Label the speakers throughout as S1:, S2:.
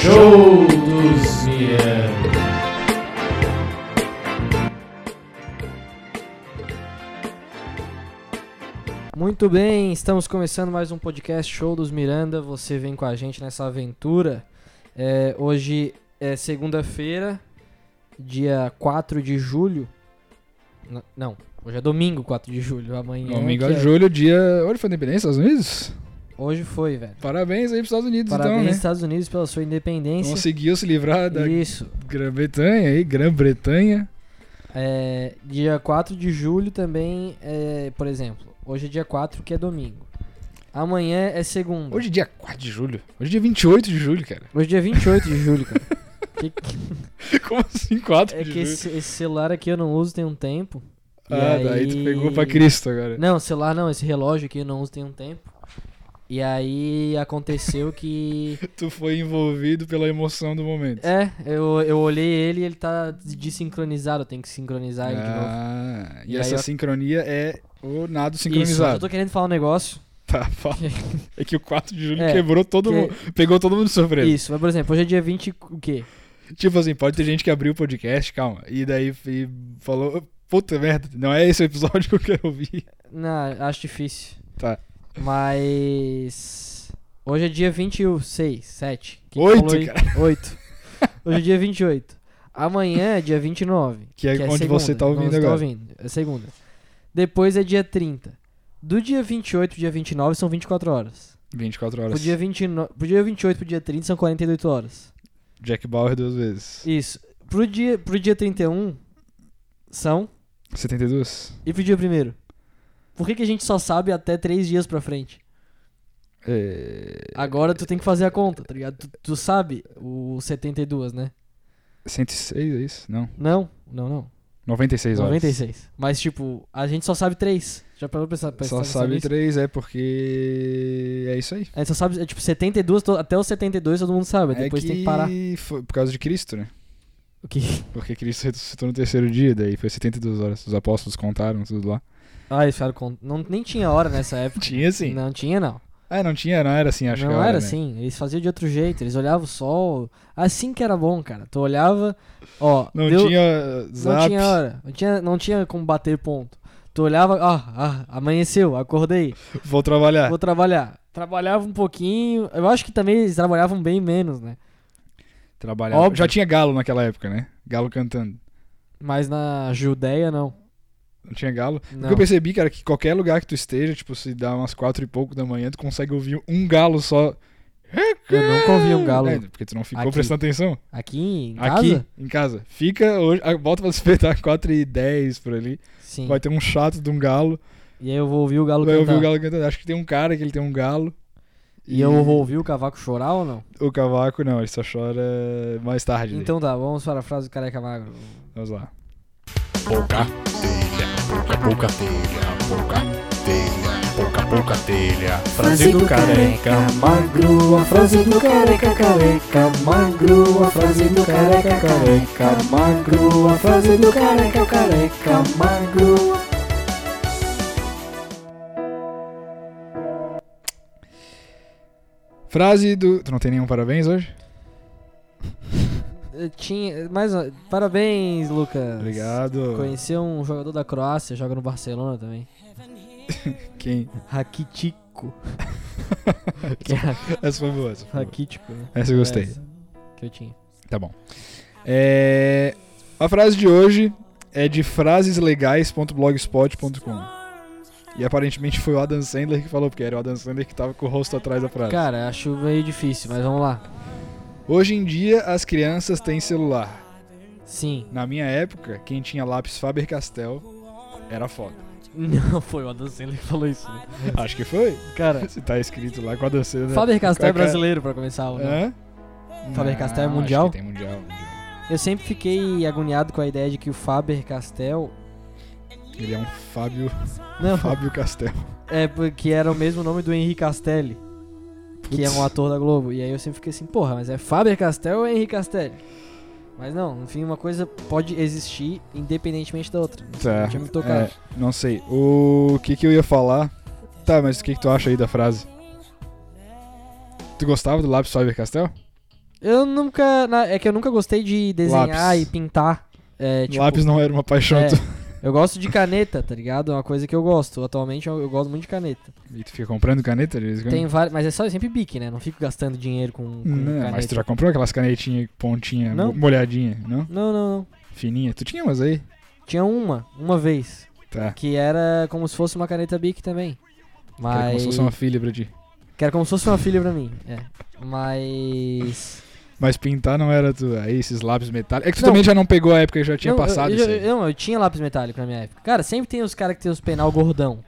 S1: Show dos Mianos. Muito bem, estamos começando mais um podcast Show dos Miranda. Você vem com a gente nessa aventura. É, hoje é segunda-feira, dia 4 de julho. N- Não, hoje é domingo, 4 de julho. Amanhã. é
S2: Domingo
S1: que
S2: de é julho, dia. Hoje foi a independência dos Estados Unidos?
S1: Hoje foi, velho.
S2: Parabéns aí pros Estados Unidos,
S1: Parabéns,
S2: então, né?
S1: Estados Unidos, pela sua independência.
S2: Conseguiu se livrar da
S1: Isso.
S2: Grã-Bretanha aí, Grã-Bretanha.
S1: É, dia 4 de julho também, é, por exemplo, hoje é dia 4 que é domingo. Amanhã é segunda.
S2: Hoje é dia 4 de julho. Hoje é dia 28 de julho, cara.
S1: Hoje é dia 28 de julho, cara. Que- que-
S2: Como assim 4
S1: é
S2: de
S1: que
S2: julho?
S1: esse, esse celular aqui eu não uso tem um tempo. e
S2: Ah, daí tu pegou pra Cristo agora.
S1: Não, celular não, esse relógio aqui eu não uso tem um tempo. E aí aconteceu que.
S2: Tu foi envolvido pela emoção do momento.
S1: É, eu, eu olhei ele e ele tá desincronizado, tem que sincronizar ele de novo.
S2: Ah, e,
S1: E aí
S2: essa
S1: eu- sincronia
S2: sincronia é o nado
S1: Isso, mas eu
S2: sincronizado.
S1: tô querendo falar um negócio.
S2: Tá, fala. É que o 4 de julho
S1: É,
S2: quebrou todo
S1: que-
S2: mundo. Pegou todo mundo de surpresa.
S1: Isso, mas por exemplo, hoje é dia 20 e o quê?
S2: Tipo assim, pode ter gente que abriu o podcast, calma, e daí e falou, puta merda, não é esse o episódio que eu quero ouvir.
S1: Não, acho difícil.
S2: Tá.
S1: Mas. Hoje é dia 26, 7. Quem
S2: Oito,
S1: falou aí? Oito. Hoje é dia 28. Amanhã é dia 29.
S2: Que é onde
S1: segunda,
S2: você tá
S1: onde
S2: ouvindo
S1: você
S2: agora.
S1: ouvindo, É segunda. Depois é dia 30. Do dia 28 pro dia 29 são 24 horas.
S2: 24 horas.
S1: Pro dia, 29, pro dia 28 pro dia 30 são 48 horas.
S2: Jack Bauer duas vezes.
S1: Isso. Pro dia, pro dia 31 são.
S2: 72?
S1: E pro dia 1 Por que, que a gente só sabe até 3 dias pra frente?
S2: É...
S1: Agora tu tem que fazer a conta, tá ligado? Tu, tu sabe o 72, né?
S2: 106 é isso? Não.
S1: Não, não, não.
S2: 96 horas.
S1: 96. Mas, tipo, a gente só sabe 3. Já parou pra pensar? pra
S2: Só
S1: pensar
S2: sabe
S1: tá nisso?
S2: 3 é porque é isso aí.
S1: A gente só sabe, é, tipo, 72, to- até os 72 todo mundo sabe.
S2: é
S1: Ah, Depois
S2: que
S1: tem que parar.
S2: Foi por causa de Cristo, né?
S1: O que?
S2: Porque Cristo ressuscitou no terceiro dia, daí foi 72 horas. Os apóstolos contaram tudo lá.
S1: Ah, eles ficaram com... não, Nem tinha hora nessa época.
S2: Tinha sim.
S1: Não tinha, não.
S2: Ah, não tinha, não era assim, acho
S1: não
S2: que
S1: era
S2: né?
S1: assim. Eles faziam de outro jeito. Eles olhavam o sol. Assim que era bom, cara. Tu olhava, ó.
S2: Não
S1: deu-
S2: tinha zap.
S1: Não tinha hora. Não tinha, não tinha como bater ponto. Tu olhava, ah, ah, amanheceu, acordei.
S2: Vou trabalhar.
S1: Vou trabalhar. Trabalhava um pouquinho. Eu acho que também eles trabalhavam bem menos, né?
S2: Trabalhava.
S1: Óbvio.
S2: Já tinha galo naquela época, né? Galo cantando.
S1: Mas na Judéia, não.
S2: Não tinha galo.
S1: Não.
S2: Porque eu percebi, cara, é que qualquer lugar que tu esteja, tipo, se dá umas quatro e pouco da manhã, tu consegue ouvir um galo só.
S1: Eu nunca ouvi um galo.
S2: É, porque tu não ficou
S1: Aqui.
S2: prestando atenção.
S1: Aqui em casa?
S2: Aqui, em casa. Fica hoje. ah, Volta pra despertar 4 e 10 por ali.
S1: Sim.
S2: Vai ter um chato de um galo.
S1: E aí eu vou ouvir o galo
S2: vai
S1: cantar.
S2: ouvir o galo cantando. Acho que tem um cara que ele tem um galo.
S1: E eu vou ouvir o cavaco chorar ou não?
S2: O cavaco, não, ele só chora mais tarde.
S1: Então tá, vamos para a frase do careca magro.
S2: Vamos lá.
S3: Pouca telha, pouca, pouca telha, pouca telha, pouca, pouca telha. Frase do careca magro, a frase do careca careca magro, a frase do careca careca magro, a frase do careca careca magro.
S2: Frase do. Tu não tem nenhum parabéns hoje?
S1: Eu tinha. Mais uma- Parabéns, Lucas.
S2: Obrigado.
S1: Conheceu um jogador da Croácia, joga no Barcelona também.
S2: Quem?
S1: Rakitic. que é
S2: Essa foi boa. Essa, foi boa.
S1: Rakitic, né?
S2: essa eu gostei.
S1: Essa Que eu tinha.
S2: Tá bom. É, A frase de hoje é de fraseslegais.blogspot.com. E aparentemente foi o Adam Sandler que falou, porque era o Adam Sandler que tava com o rosto atrás da frase.
S1: Cara, acho meio difícil, mas vamos lá.
S2: Hoje em dia as crianças têm celular.
S1: Sim.
S2: Na minha época, quem tinha lápis Faber-Castell era foda.
S1: Não, foi o Adam Sandler que falou isso. né?
S2: Acho que foi.
S1: Cara,
S2: Se tá escrito lá com o Adam Sandler.
S1: Faber Castell é
S2: Qual é que é?
S1: brasileiro pra começar. ou não?
S2: Hã?
S1: Faber-Castell é
S2: Não, acho
S1: mundial?
S2: que tem mundial, mundial.
S1: Eu sempre fiquei agoniado com a ideia de que o Faber Castell.
S2: Ele é um Fábio,
S1: Não,
S2: Fábio Castel.
S1: É, porque era o mesmo nome do Henri Castelli, que é um ator da Globo. E aí eu sempre fiquei assim, porra, mas é Faber Castell ou Henri Castelli? Mas não, enfim, uma coisa pode existir independentemente da outra. Não
S2: Tá,
S1: tinha me tocado.
S2: é, não sei. O que que eu ia falar? Tá, mas o que que tu acha aí da frase? Tu gostava do lápis Faber Castell?
S1: Eu nunca. na- é que eu nunca gostei de desenhar
S2: Lápis.
S1: e pintar. É, tipo,
S2: lápis não era uma paixão.
S1: é.
S2: tu-
S1: Eu gosto de caneta, tá ligado? É uma coisa que eu gosto. Atualmente eu, eu gosto muito de caneta.
S2: E tu fica comprando caneta? de vez em quando?
S1: Tem várias. Mas é só sempre bique, né? Não fico gastando dinheiro com, com
S2: Não,
S1: caneta.
S2: mas tu já comprou aquelas canetinhas pontinha,
S1: Não.
S2: mo- molhadinha, não?
S1: Não, não, não.
S2: Fininha. Tu tinha umas aí?
S1: Tinha uma, uma vez.
S2: Tá.
S1: Que era como se fosse uma caneta bique também. Mas.
S2: Queria como se fosse uma filha pra ti.
S1: que era como se fosse uma filha pra mim. É. Mas.
S2: Mas pintar não era tu. Aí esses lápis metálicos. É que tu
S1: Não.
S2: também já não pegou a época que já tinha
S1: Não, eu-
S2: passado
S1: eu,
S2: isso
S1: eu-
S2: aí.
S1: não, eu tinha lápis metálico na minha época. Cara, sempre tem os caras que tem os penal gordão.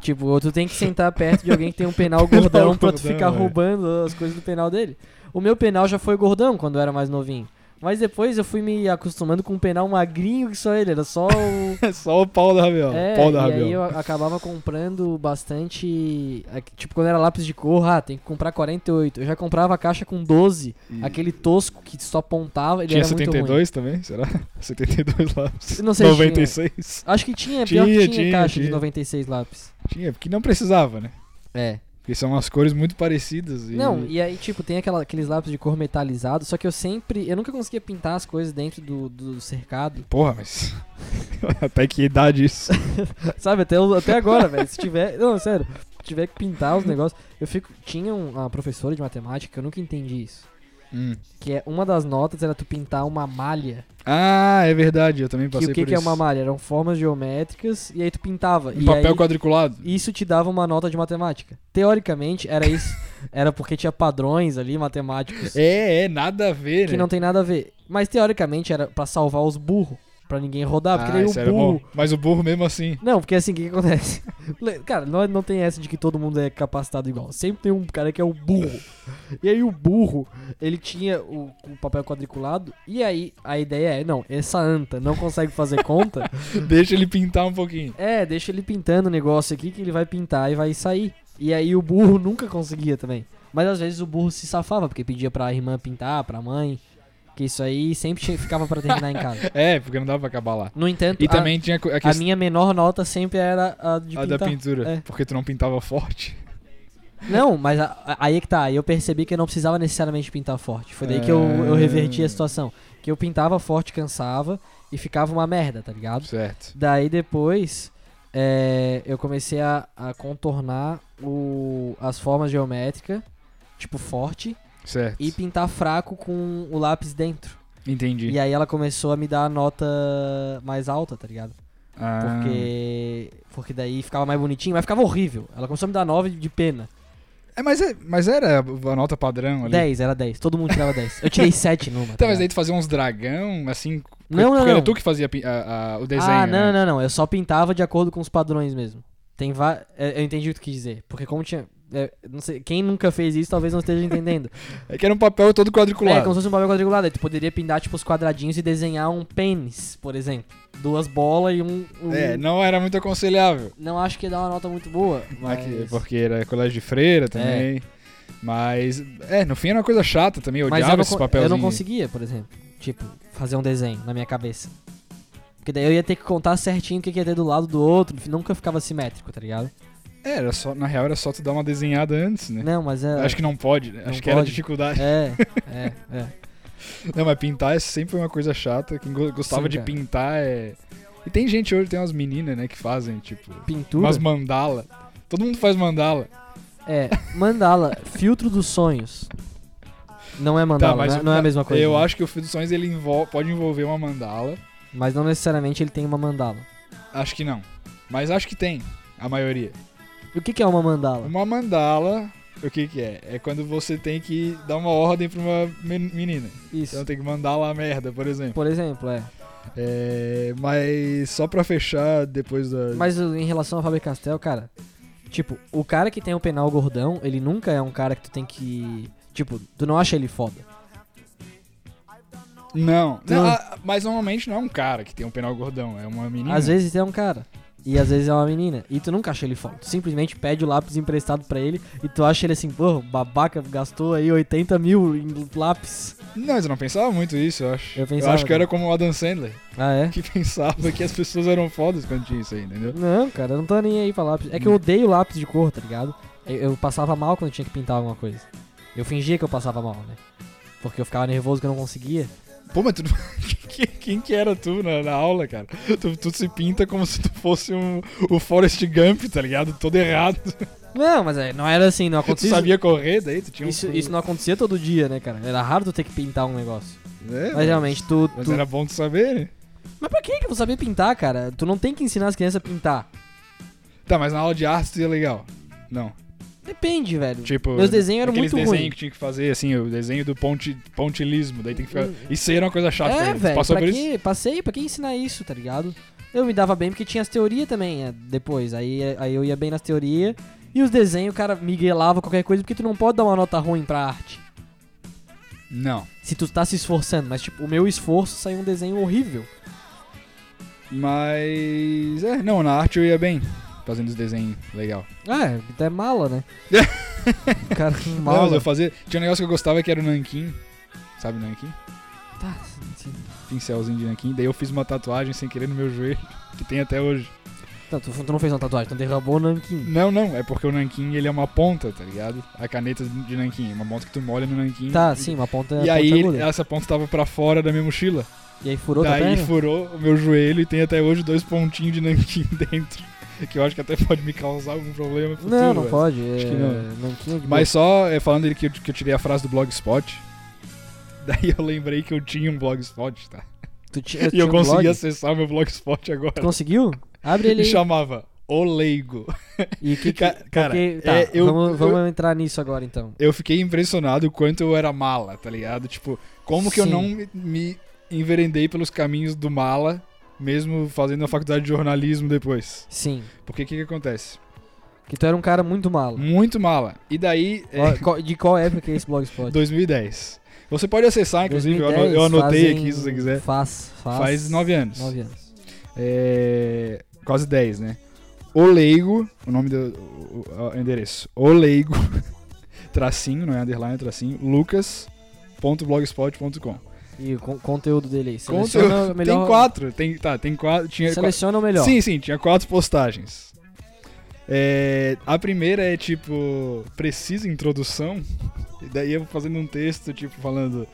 S1: Tipo, tu tem que sentar perto de alguém que tem um penal
S2: Penal
S1: gordão pra tu
S2: tá gordão,
S1: ficar
S2: é.
S1: roubando as coisas do penal dele. O meu penal já foi gordão quando eu era mais novinho. Mas depois eu fui me acostumando com um penal magrinho que só ele, era só o.
S2: É só o pau da Rabel.
S1: É,
S2: pau
S1: e
S2: da Rabel.
S1: aí eu a- acabava comprando bastante. aqui- Tipo, quando era lápis de cor, ah, tem que comprar 48. Eu já comprava a caixa com 12,
S2: E
S1: aquele tosco que só apontava. Ele
S2: Tinha
S1: era muito ruim.
S2: 72 também? Será? 72 lápis.
S1: Eu não sei se tinha.
S2: 96?
S1: Acho que tinha, pior
S2: Tinha,
S1: que tinha,
S2: tinha,
S1: caixa de
S2: tinha.
S1: 96 lápis.
S2: Tinha, porque não precisava, né?
S1: É.
S2: Porque são umas cores muito parecidas. E...
S1: Não, e aí, tipo, tem aquela- aqueles lápis de cor metalizado, só que eu sempre. Eu nunca conseguia pintar as coisas dentro do, do cercado.
S2: Porra, mas. Até que idade isso?
S1: Sabe, até, o- até agora, velho. Se tiver. Não, sério. Se tiver que pintar os negócios. Eu fico. Tinha um- uma professora de matemática que eu nunca entendi isso.
S2: Hum.
S1: Que é uma das notas era tu pintar uma malha.
S2: Ah, é verdade, eu também
S1: Que
S2: passei
S1: o que,
S2: por
S1: que é
S2: isso.
S1: uma malha? Eram formas geométricas e aí tu pintava.
S2: Um
S1: e
S2: papel
S1: aí,
S2: quadriculado.
S1: isso te dava uma nota de matemática. Teoricamente, era isso. Era porque tinha padrões ali matemáticos
S2: É, é, nada a ver,
S1: que
S2: né?
S1: não tem nada a ver. Mas teoricamente era pra salvar os burros, Pra ninguém rodar, porque
S2: Ah,
S1: daí o
S2: isso era bom.
S1: burro.
S2: Mas o burro mesmo assim.
S1: Não, porque assim, o que, que acontece? Le- Cara, não, não tem essa de que todo mundo é capacitado igual. Sempre tem um cara que é o burro. E aí o burro, ele tinha o, o papel quadriculado. E aí a ideia é, não, essa anta não consegue fazer conta.
S2: Deixa ele pintar um pouquinho.
S1: É, deixa ele pintando o negócio aqui que ele vai pintar e vai sair. E aí o burro nunca conseguia também. Mas às vezes o burro se safava, porque pedia pra irmã pintar, pra mãe. Que isso aí sempre che- ficava pra terminar em casa.
S2: É, porque não dava pra acabar lá.
S1: No entanto,
S2: E
S1: a,
S2: também tinha co- a,
S1: a
S2: questão
S1: minha menor nota sempre era a de
S2: a da
S1: pintar.
S2: pintura.
S1: É.
S2: Porque tu não pintava forte.
S1: Não, mas a- a- aí é que tá. Aí eu percebi que eu não precisava necessariamente pintar forte. Foi daí que eu, eu
S2: É.
S1: reverti a situação. Que eu pintava forte, cansava e ficava uma merda, tá ligado?
S2: Certo.
S1: Daí depois é, eu comecei a, a contornar o, as formas geométricas, tipo forte,
S2: Certo.
S1: e pintar fraco com o lápis dentro.
S2: Entendi.
S1: E aí ela começou a me dar a nota mais alta, tá ligado?
S2: Ah,
S1: Porque. Porque daí ficava mais bonitinho, mas ficava horrível. Ela começou a me dar 9 de pena.
S2: É, mas, é, mas era a nota padrão ali.
S1: 10, era 10. Todo mundo tirava 10. Eu tirei 7 numa. tá
S2: Então,
S1: ligado?
S2: mas daí tu fazia uns dragão, assim. co-
S1: É. Não, não,
S2: porque era
S1: não.
S2: tu que fazia a pin- a- a- o desenho.
S1: ah, não,
S2: né?
S1: não, não. Eu só pintava de acordo com os padrões mesmo. Tem va... é, Eu entendi o que tu quis dizer. Porque como tinha. é, não sei, quem nunca fez isso talvez não esteja entendendo.
S2: É que era um papel todo
S1: é
S2: quadriculado.
S1: como se fosse um papel quadriculado. Aí tu poderia pintar, tipo, os quadradinhos e desenhar um pênis, por exemplo. Duas bolas e um. um-
S2: É, não era muito aconselhável.
S1: Não acho que ia dar uma nota muito boa. Mas... É.
S2: Aqui, Porque era colégio de freira também. Mas, é, no fim era uma coisa chata também. Eu
S1: Mas
S2: odiava
S1: eu não,
S2: esses
S1: con-
S2: papelzinhos.
S1: eu não conseguia, por exemplo. Tipo, fazer um desenho na minha cabeça. Porque daí eu ia ter que contar certinho o que que ia ter do lado do outro. Nunca ficava simétrico, tá ligado?
S2: É, era só, na real era só tu dar uma desenhada antes, né?
S1: Não, mas é.
S2: Acho que não pode, né?
S1: Não
S2: Acho que era
S1: pode.
S2: dificuldade.
S1: É, é, é.
S2: Não, mas pintar é sempre uma coisa chata. Quem go- gostava
S1: Sim,
S2: de
S1: cara.
S2: pintar é. E tem gente hoje, tem umas meninas, né, que fazem, tipo,
S1: Pintura.
S2: umas mandala. Todo mundo faz mandala.
S1: É, mandala, filtro dos sonhos. Não é mandala, né?
S2: o-
S1: não é a mesma coisa.
S2: Tá, Eu
S1: né?
S2: acho que o Fio dos Sonhos ele envol- pode envolver uma mandala.
S1: Mas não necessariamente ele tem uma mandala.
S2: Acho que não. Mas acho que tem, a maioria.
S1: O que, que é uma mandala?
S2: Uma mandala, o que que é? É quando você tem que dar uma ordem pra uma men- menina.
S1: Isso.
S2: Então tem que mandar lá a merda, por exemplo.
S1: Por exemplo, é.
S2: É, mas só pra fechar depois da...
S1: Mas o- em relação a Faber Castell, cara, tipo, o cara que tem o penal gordão, ele nunca é um cara que tu tem que. Tipo, tu não acha ele foda.
S2: Não, não,
S1: Não.
S2: ah, mas normalmente não é um cara que tem um penal gordão, é uma menina.
S1: Às vezes é um cara. E às vezes é uma menina. E tu nunca acha ele foda. Tu simplesmente pede o lápis emprestado pra ele e tu acha ele assim, pô, babaca, gastou aí 80 mil em lápis.
S2: Não, mas eu não pensava muito isso, eu acho.
S1: Eu pensava
S2: acho que eu era
S1: também.
S2: como o Adam Sandler,
S1: Ah, é?
S2: que pensava que as pessoas eram fodas quando tinha isso aí, entendeu?
S1: Não, cara, eu não tô nem aí pra lápis. É que eu odeio lápis de cor, tá ligado? Eu, eu passava mal quando tinha que pintar alguma coisa. Eu fingia que eu passava mal, né? Porque eu ficava nervoso que eu não conseguia.
S2: Pô, mas tu... quem- quem que era tu na, na aula, cara? Tu, tu se pinta como se tu fosse um, o Forrest Gump, tá ligado? Todo errado.
S1: Não, mas é, não era assim, não
S2: Tu
S1: acontecia.
S2: sabia correr, daí tu tinha um...
S1: Isso, isso não acontecia todo dia, né, cara? Era raro tu ter que pintar um negócio.
S2: É,
S1: Mas um realmente, tu.
S2: Mas
S1: tu-
S2: era bom tu saber, né?
S1: Mas pra que que eu vou saber pintar, cara? Tu não tem que ensinar as crianças a pintar.
S2: Tá, mas na aula de arte é legal. Não.
S1: Depende, velho.
S2: Tipo,
S1: Meus desenhos eram
S2: aqueles
S1: muito
S2: desenhos
S1: ruins.
S2: que tinha que fazer, assim, o desenho do ponti, pontilismo. Daí tem que ficar. Isso aí era uma coisa chata pra
S1: Hum. É,
S2: eles.
S1: velho,
S2: Tá, Passou
S1: pra
S2: por isso?
S1: que, passei, pra que ensinar isso, tá ligado? Eu me dava bem porque tinha as teorias também, é, depois. Aí, aí eu ia bem nas teorias. E os desenhos, o cara miguelava qualquer coisa, porque tu não pode dar uma nota ruim pra arte.
S2: Não.
S1: Se tu tá se esforçando, mas tipo, o meu esforço saiu um desenho horrível.
S2: Mas. É, não, na arte eu ia bem. Fazendo os desenhos legal.
S1: É, até mala, né? o cara com
S2: Não, mas
S1: mala.
S2: eu fazia. Tinha um negócio que eu gostava que era o Nankin. Sabe Nankin?
S1: Tá, sim.
S2: Pincelzinho de Nankin. Daí eu fiz uma tatuagem sem querer no meu joelho, que tem até hoje.
S1: Tá, tu, tu não fez uma tatuagem, tu derrubou o nanquim.
S2: Não, não, é porque o Nankin ele é uma ponta, tá ligado? A caneta de Nankin. é Uma ponta que tu molha no Nankin.
S1: Tá,
S2: e-
S1: sim, uma ponta.
S2: Uhum. E
S1: ponta
S2: aí,
S1: aguda.
S2: essa ponta tava pra fora da minha mochila.
S1: E aí furou tua
S2: Daí
S1: perna?
S2: furou o meu joelho e tem até hoje dois pontinhos de nanquim dentro. Que eu acho que até pode me causar algum problema futuro.
S1: Não, não
S2: velho.
S1: pode.
S2: Acho
S1: é,
S2: que não.
S1: nanquim é de
S2: Mas só é, falando dele que eu, que eu tirei a frase do Blogspot. Daí eu lembrei que eu tinha um Blogspot, tá?
S1: Tu ti- tinha
S2: E eu
S1: um
S2: consegui
S1: blog?
S2: acessar meu Blogspot
S1: Tu
S2: agora.
S1: conseguiu? Abre ele
S2: E
S1: aí.
S2: chamava O Leigo.
S1: E que, que-
S2: Ca- cara,
S1: porque- tá,
S2: é, eu-
S1: vamos,
S2: eu-
S1: vamos entrar nisso agora então.
S2: Eu fiquei impressionado o quanto eu era mala, tá ligado? Tipo, como que eu
S1: Sim.
S2: não me, me enverendei pelos caminhos do mala, mesmo fazendo a faculdade de jornalismo depois?
S1: Sim.
S2: Porque o que que acontece?
S1: Que tu era um cara muito malo.
S2: Muito mala. E daí, Hum, é,
S1: Ó, qual- De qual época que é esse blogspot?
S2: 2010. Você pode acessar, inclusive, eu ano-
S1: 2010,
S2: eu anotei
S1: fazem-
S2: aqui se você quiser.
S1: Faz, faz.
S2: Faz nove anos.
S1: Nove anos.
S2: É, quase 10, né? O Leigo, o nome do o, o- o endereço. O Leigo, tracinho, não é underline, é tracinho, lucas.blogspot.com.
S1: E o con- conteúdo dele aí. Seleciona
S2: Conteúdo-
S1: o melhor.
S2: Tem quatro, tem, tá, tem quatro, tinha qua-
S1: Seleciona o melhor.
S2: Sim, sim, tinha quatro postagens. É, a primeira é tipo, precisa introdução. E daí eu fazendo um texto, tipo, falando.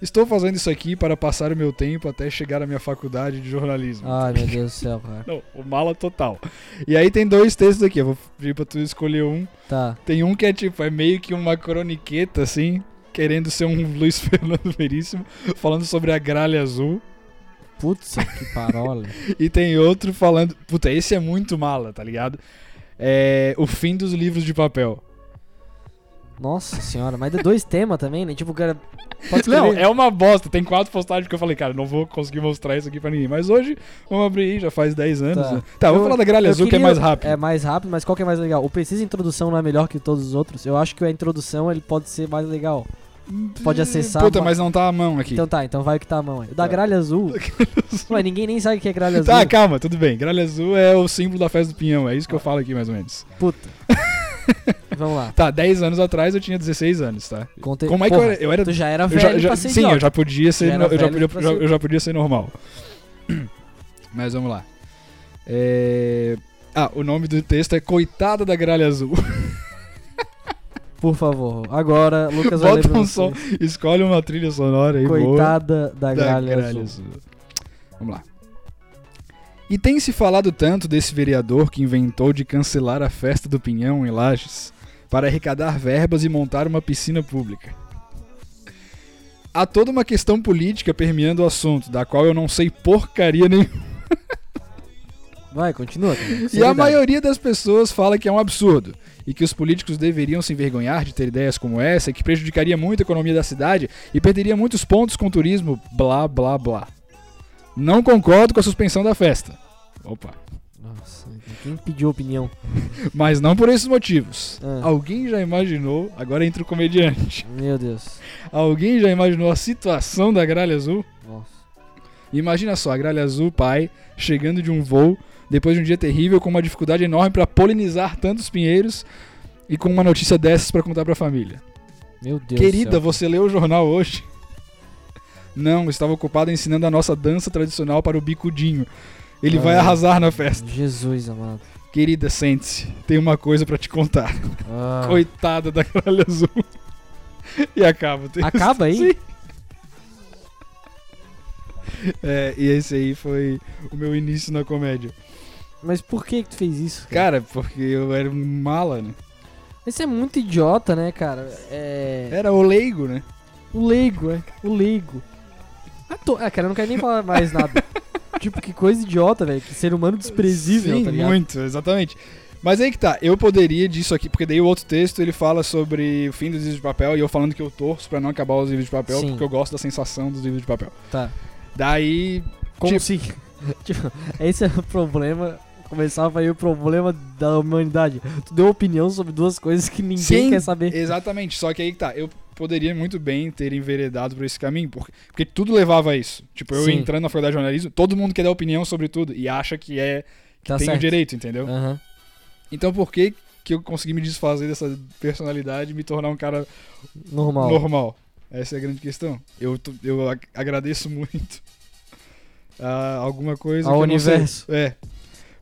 S2: Estou fazendo isso aqui para passar o meu tempo até chegar à minha faculdade de jornalismo.
S1: Ai, meu Deus do céu, cara.
S2: Não, o mala total. E aí tem dois textos aqui, eu vou pedir pra tu escolher um.
S1: Tá.
S2: Tem um que é tipo, é meio que uma croniqueta, assim, querendo ser um Luiz Fernando Veríssimo, falando sobre a gralha azul.
S1: Putz, que parola.
S2: E tem outro falando. Puta, esse é muito mala, tá ligado? É. O fim dos livros de papel.
S1: Nossa senhora, mas é dois temas também, né? Tipo, o cara. Pode escrever.
S2: Não, é uma bosta. Tem quatro postagens que eu falei, cara, não vou conseguir mostrar isso aqui pra ninguém. Mas hoje, vamos abrir aí, já faz 10 anos.
S1: Tá.
S2: Tá, né? tá
S1: Eu-
S2: vamos falar da gralha
S1: eu
S2: azul que é
S1: queria-
S2: mais rápido.
S1: É mais rápido, mas qual que é mais legal? O Precisa Introdução não é melhor que todos os outros? Eu acho que a introdução ele pode ser mais legal. pode acessar,
S2: Puta,
S1: ma-
S2: mas não tá a mão aqui.
S1: Então tá, então vai o que tá a mão aí. O da
S2: Tá.
S1: gralha azul. Ué, ninguém nem sabe o que é gralha
S2: tá,
S1: azul.
S2: calma, tudo bem. Gralha azul é o símbolo da festa do pinhão. É isso que eu falo aqui, mais ou menos.
S1: Puta. Vamos lá.
S2: Tá, 10 anos atrás eu tinha 16 anos, tá?
S1: Conte...
S2: Como é que eu
S1: Porra,
S2: era? Eu era
S1: Tu já era
S2: Eu
S1: velho
S2: já- já-
S1: pra ser
S2: sim,
S1: idiota.
S2: eu já podia ser,
S1: Já era
S2: no- eu, já
S1: velho
S2: podia,
S1: pra
S2: já-
S1: ser-
S2: eu já podia ser normal. Mas vamos lá. É, Ah, o nome do texto é Coitada da Gralha Azul.
S1: Por favor. Agora, Lucas vai ler
S2: Bota
S1: pra
S2: um
S1: vocês.
S2: som, escolhe uma trilha sonora aí, boa.
S1: Coitada da gralha, azul.
S2: Vamos lá. E tem se falado tanto desse vereador que inventou de cancelar a festa do Pinhão em Lages para arrecadar verbas e montar uma piscina pública. Há toda uma questão política permeando o assunto, da qual eu não sei porcaria nenhuma.
S1: Vai, continua. cara.
S2: E a
S1: Seriedade.
S2: maioria das pessoas fala que é um absurdo e que os políticos deveriam se envergonhar de ter ideias como essa, que prejudicaria muito a economia da cidade e perderia muitos pontos com o turismo, blá blá blá. Não concordo com a suspensão da festa. Opa.
S1: Nossa, quem pediu opinião?
S2: Mas não por esses motivos.
S1: Ah.
S2: Alguém já imaginou, agora entra o comediante.
S1: Meu Deus.
S2: Alguém já imaginou a situação da Gralha Azul?
S1: Nossa.
S2: Imagina só, a Gralha Azul, pai, chegando de um voo depois de um dia terrível, com uma dificuldade enorme para polinizar tantos pinheiros e com uma notícia dessas para contar para a família.
S1: Meu Deus
S2: Querida,
S1: do céu.
S2: você leu o jornal hoje? Não, estava ocupado ensinando a nossa dança tradicional para o bicudinho. Ele vai
S1: Ah.
S2: arrasar na festa.
S1: Jesus amado.
S2: Querida, sente-se. Tenho uma coisa para te contar.
S1: Ah,
S2: Coitada da gralha azul. E acaba. o texto.
S1: Acaba aí?
S2: Sim. É, e esse aí foi o meu início na comédia.
S1: Mas por que que tu fez isso? Cara?
S2: Cara, porque eu era um mala, né?
S1: Esse é muito idiota, né, cara? É.
S2: Era o leigo, né?
S1: O leigo, é. O leigo. Ah, tô- ah, cara, eu não quero nem falar mais nada. tipo, que coisa idiota, velho. Que ser humano desprezível,
S2: Sim,
S1: tá ligado?
S2: muito, exatamente. Mas aí que tá, eu poderia disso aqui, porque daí o outro texto ele fala sobre o fim dos livros de papel e eu falando que eu torço pra não acabar os livros de papel,
S1: Sim.
S2: porque eu gosto da sensação dos livros de papel.
S1: Tá.
S2: Daí,
S1: Como
S2: Tipo-
S1: se. tipo, esse é o problema. Começava aí o problema da humanidade. Tu deu opinião sobre duas coisas que ninguém
S2: Sim,
S1: quer saber.
S2: exatamente, só que aí que tá, eu poderia muito bem ter enveredado por esse caminho, porque, porque tudo levava a isso. Tipo, eu
S1: Sim.
S2: entrando na faculdade de jornalismo, todo mundo quer dar opinião sobre tudo e acha que é
S1: Tá
S2: tem o
S1: certo.
S2: direito, entendeu?
S1: Aham.
S2: Então por que que eu consegui me desfazer dessa personalidade e me tornar um cara
S1: Normal.
S2: normal. Essa é a grande questão. Eu, tô- eu ag- agradeço muito a alguma coisa.
S1: Ao
S2: que eu não sei.
S1: universo.
S2: É.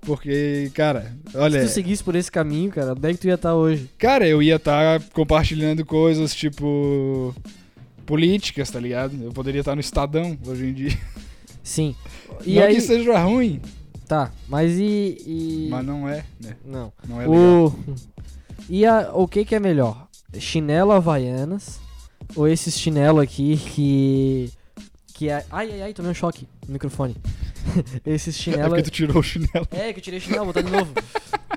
S2: Porque, cara,
S1: Se
S2: olha.
S1: tu seguisse por esse caminho, cara, onde é que tu ia estar hoje?
S2: Cara, eu ia estar compartilhando coisas tipo. políticas, tá ligado? Eu poderia estar no Estadão hoje em dia.
S1: Sim. E
S2: não
S1: aí.
S2: que seja ruim,
S1: Tá, mas e. e-
S2: mas não é, né?
S1: Não.
S2: Não é legal.
S1: O... E a... o que que é melhor? Chinelo Havaianas ou esses chinelo aqui que... que é... Ai, ai, ai, tomei um choque no microfone. esses
S2: É
S1: chinelo...
S2: porque tu tirou o chinelo.
S1: É, que eu tirei o chinelo, vou botar de novo.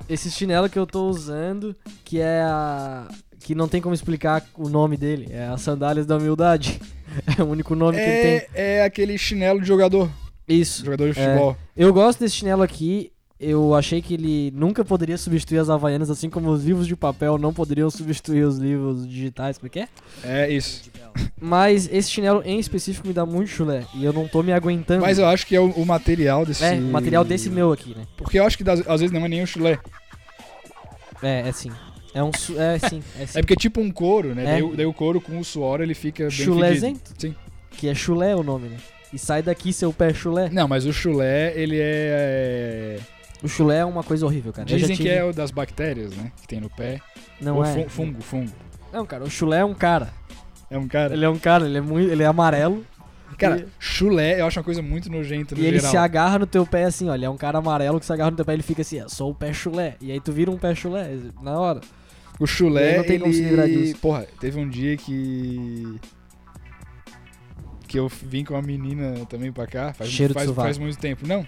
S1: esses chinelo que eu tô usando, que é a... que não tem como explicar o nome dele. É as sandálias da humildade. É o único nome que ele tem.
S2: É, é aquele chinelo de jogador.
S1: Isso.
S2: Jogador de
S1: É.
S2: futebol.
S1: Eu gosto desse chinelo aqui. Eu achei que ele nunca poderia substituir as havaianas, assim como os livros de papel não poderiam substituir os livros digitais, como é que é?
S2: É isso.
S1: Mas esse chinelo em específico me dá muito chulé e eu não tô me aguentando.
S2: Mas eu acho que é o, o material desse.
S1: É, o material desse meu aqui, né?
S2: Porque eu acho que das- às vezes não é nem o chulé.
S1: É, é sim. É um. su- É sim, é sim.
S2: É porque é tipo um couro, né?
S1: É.
S2: Daí, o- daí o couro com o suor ele fica bem
S1: Chulezento?
S2: fedido. Sim.
S1: Que é chulé o nome, né? E sai daqui, seu pé chulé.
S2: Não, mas o chulé, ele é.
S1: O chulé é uma coisa horrível, cara. Eu já
S2: Dizem
S1: tive-
S2: que é o das bactérias, né? Que tem no pé.
S1: Não
S2: Ou
S1: é.
S2: fun- fungo, fungo.
S1: Não, cara, o chulé é um cara.
S2: É um cara.
S1: Ele é um cara, ele é muito. Ele é amarelo.
S2: Cara, chulé eu acho uma coisa muito nojenta no
S1: E ele
S2: geral.
S1: se agarra no teu pé assim, olha, é um cara amarelo que se agarra no teu pé, ele fica assim, é, sou o pé chulé. E aí tu vira um pé chulé na hora.
S2: O chulé.
S1: E não tem
S2: ele...
S1: como se livrar disso.
S2: Porra, teve um dia que. Que eu vim com uma menina também pra cá. Faz,
S1: Cheiro de
S2: faz,
S1: sovaco.
S2: faz muito tempo. Não.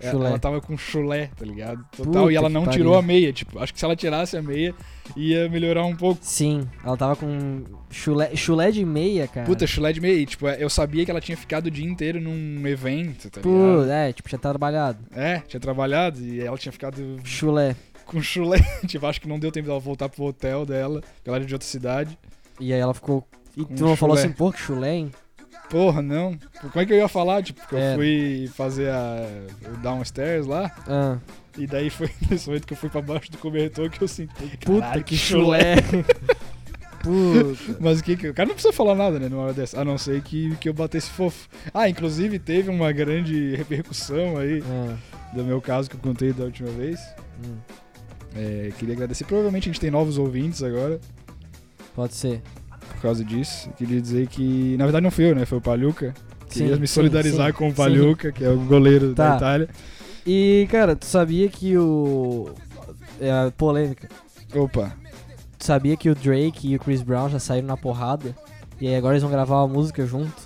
S2: É,
S1: Chulé.
S2: Ela tava com chulé, tá ligado? Total.
S1: Puta
S2: e ela
S1: que
S2: não
S1: pariu.
S2: tirou a meia. Tipo, acho que se ela tirasse a meia, ia melhorar um pouco.
S1: Sim, ela tava com chulé, chulé de meia, cara.
S2: Puta, chulé de meia. E, tipo, eu sabia que ela tinha ficado o dia inteiro num evento, tá ligado?
S1: Puta, é, tipo, já tá trabalhado.
S2: É, tinha trabalhado e ela tinha ficado
S1: Chulé.
S2: com chulé. tipo, acho que não deu tempo dela voltar pro hotel dela, porque ela era de outra cidade.
S1: E aí ela ficou. E
S2: Com
S1: tu não falou
S2: chulé.
S1: assim, pô, que chulé, hein?
S2: Porra, não. Como é que eu ia falar? Tipo, porque eu
S1: É.
S2: fui fazer a o downstairs lá,
S1: Ah,
S2: e daí foi nesse momento que eu fui pra baixo do cobertor que eu senti.
S1: puta,
S2: "Caralho,
S1: que chulé. puta.
S2: Mas o que que. O cara não precisa falar nada, né, numa hora dessa. A não ser que, que eu batesse fofo. Ah, inclusive teve uma grande repercussão aí
S1: Ah,
S2: do meu caso que eu contei da última vez.
S1: hum,
S2: É, queria agradecer. Provavelmente a gente tem novos ouvintes agora
S1: pode ser.
S2: por causa disso. Queria dizer que. Na verdade não fui eu, né? Foi o Paluca.
S1: Sim,
S2: Queria me
S1: sim,
S2: solidarizar
S1: sim,
S2: com o
S1: sim.
S2: Paluca, que é o goleiro da
S1: Tá.
S2: Itália.
S1: E, cara, tu sabia que o. É a polêmica.
S2: Opa.
S1: Tu sabia que o Drake e o Chris Brown já saíram na porrada? E aí agora eles vão gravar uma música junto?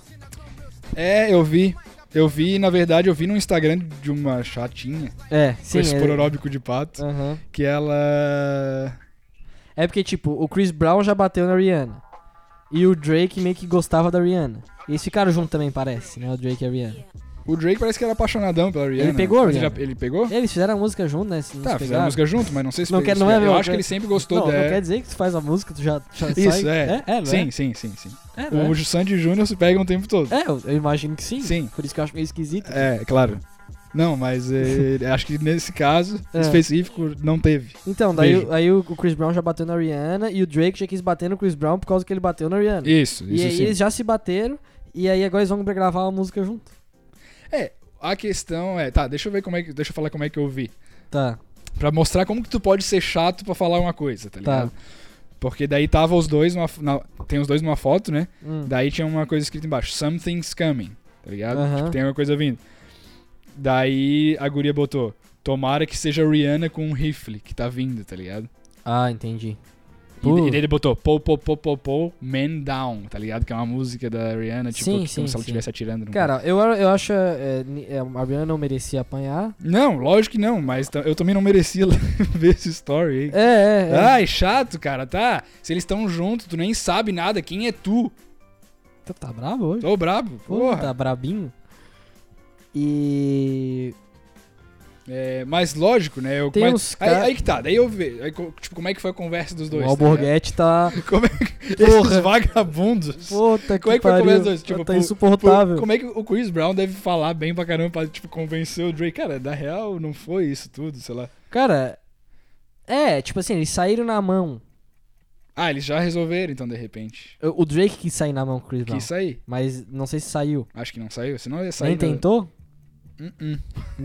S2: É, eu vi. Eu vi, na verdade, eu vi no Instagram de uma chatinha,
S1: É,
S2: com
S1: sim.
S2: esse
S1: é...
S2: pororóbico de pato,
S1: Aham.
S2: que ela.
S1: É porque, tipo, o Chris Brown já bateu na Rihanna. E o Drake meio que gostava da Rihanna. E eles ficaram juntos também, parece, né? O Drake e a Rihanna.
S2: O Drake parece que era apaixonadão pela Rihanna.
S1: pegou a
S2: Ele já-
S1: Rihanna?
S2: Ele pegou?
S1: Eles fizeram a música junto, né? Se não
S2: Tá,
S1: se
S2: fizeram
S1: pegaram.
S2: música junto, mas não sei se
S1: Não
S2: pe-
S1: quer-
S2: se
S1: não é a
S2: pegaram. Eu
S1: mesma
S2: acho
S1: coisa.
S2: que ele sempre gostou
S1: não,
S2: dela.
S1: não quer dizer que tu faz a música, tu já, já
S2: Isso,
S1: sai...
S2: é.
S1: É, não
S2: sim, sim, sim, sim.
S1: é? É, não
S2: O
S1: é?
S2: Sandy Júnior se pega o tempo todo.
S1: É, eu, eu imagino que sim.
S2: Sim.
S1: Por isso que eu acho meio esquisito.
S2: É, claro. Não, mas eh, acho que nesse caso
S1: É.
S2: específico não teve.
S1: Então, daí,
S2: Beijo.
S1: o- aí o o Chris Brown já bateu na Rihanna e o Drake já quis bater no Chris Brown por causa que ele bateu na Rihanna.
S2: Isso,
S1: E
S2: isso
S1: aí
S2: sim.
S1: eles já se bateram e aí agora eles vão pra gravar uma música junto.
S2: É, A questão é, tá, deixa eu ver como é que, deixa eu falar como é que eu vi,
S1: Tá,
S2: Pra mostrar como que tu pode ser chato pra falar uma coisa,
S1: tá.
S2: tá ligado? Porque daí tava os dois numa, f- na- tem os dois numa foto, né?
S1: Hum.
S2: Daí tinha uma coisa escrita embaixo, something's coming, tá ligado?
S1: Aham.
S2: Tipo, tem alguma coisa vindo. Daí a guria botou, tomara que seja Rihanna com um rifle que tá vindo, tá ligado?
S1: Ah, entendi.
S2: E,
S1: Uh.
S2: e daí ele botou Pou, Pou, Pou, Pou, Pou, Man Down, tá ligado? Que é uma música da Rihanna, tipo,
S1: Sim,
S2: que-
S1: sim,
S2: como se ela
S1: sim.
S2: estivesse atirando. num
S1: Cara, eu, eu acho. É, ni- é, a Rihanna não merecia apanhar.
S2: Não, lógico que não, mas ta- eu também não merecia ver esse story aí.
S1: É, é. é.
S2: Ai, chato, cara, tá? Se eles estão juntos, tu nem sabe nada, quem é tu?
S1: Tá, tá bravo hoje?
S2: Tô brabo,
S1: Pô,
S2: porra.
S1: Tá brabinho. E.
S2: É, mas lógico, né? Eu,
S1: Tem
S2: mas-
S1: uns
S2: aí,
S1: cara-
S2: aí que tá, daí eu vejo. aí co- tipo, como é que foi a conversa dos dois?
S1: o
S2: tá
S1: Alborguete tá.
S2: ligado? como é que
S1: Porra.
S2: esses vagabundos.
S1: Puta que
S2: Como é que foi a
S1: pariu.
S2: conversa dos dois? Tipo,
S1: tá
S2: por-
S1: insuportável.
S2: Como é que o Chris Brown deve falar bem pra caramba pra, tipo, convencer o Drake? Cara, na real, não foi isso tudo, sei lá.
S1: Cara. É, tipo assim, eles saíram na mão.
S2: Ah, eles já resolveram, então, de repente.
S1: O o Drake quis sair na mão com o Chris Brown.
S2: Quis sair.
S1: Mas não sei se saiu.
S2: Acho que não saiu, senão ia sair.
S1: Nem
S2: na-
S1: tentou?
S2: Uh-uh.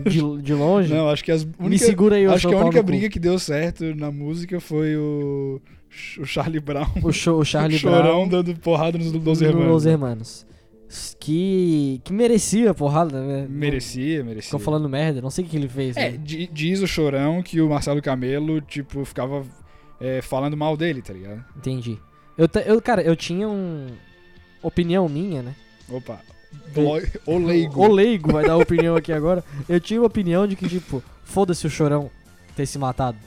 S1: De, de longe?
S2: Não, acho que as
S1: Me
S2: única-
S1: segura aí, eu
S2: Acho
S1: sou
S2: que
S1: o
S2: a
S1: pau
S2: única
S1: no cu.
S2: briga que deu certo na música foi o, o Charlie Brown.
S1: O, show, o Charlie
S2: Chorão
S1: Brown
S2: dando porrada nos 12
S1: no
S2: irmãos.
S1: Los Hermanos. Que, que merecia a porrada, né? Não-
S2: Merecia, merecia.
S1: Ficou falando merda, não sei o que ele fez.
S2: É,
S1: né?
S2: di- diz o Chorão que o Marcelo Camelo, tipo, ficava é, falando mal dele, tá ligado?
S1: Entendi. Eu, ta- eu, cara, eu tinha um. Opinião minha, né?
S2: Opa. Blo... O leigo.
S1: O leigo vai dar opinião aqui agora. Eu tinha uma opinião de que, tipo, foda-se o chorão ter se matado,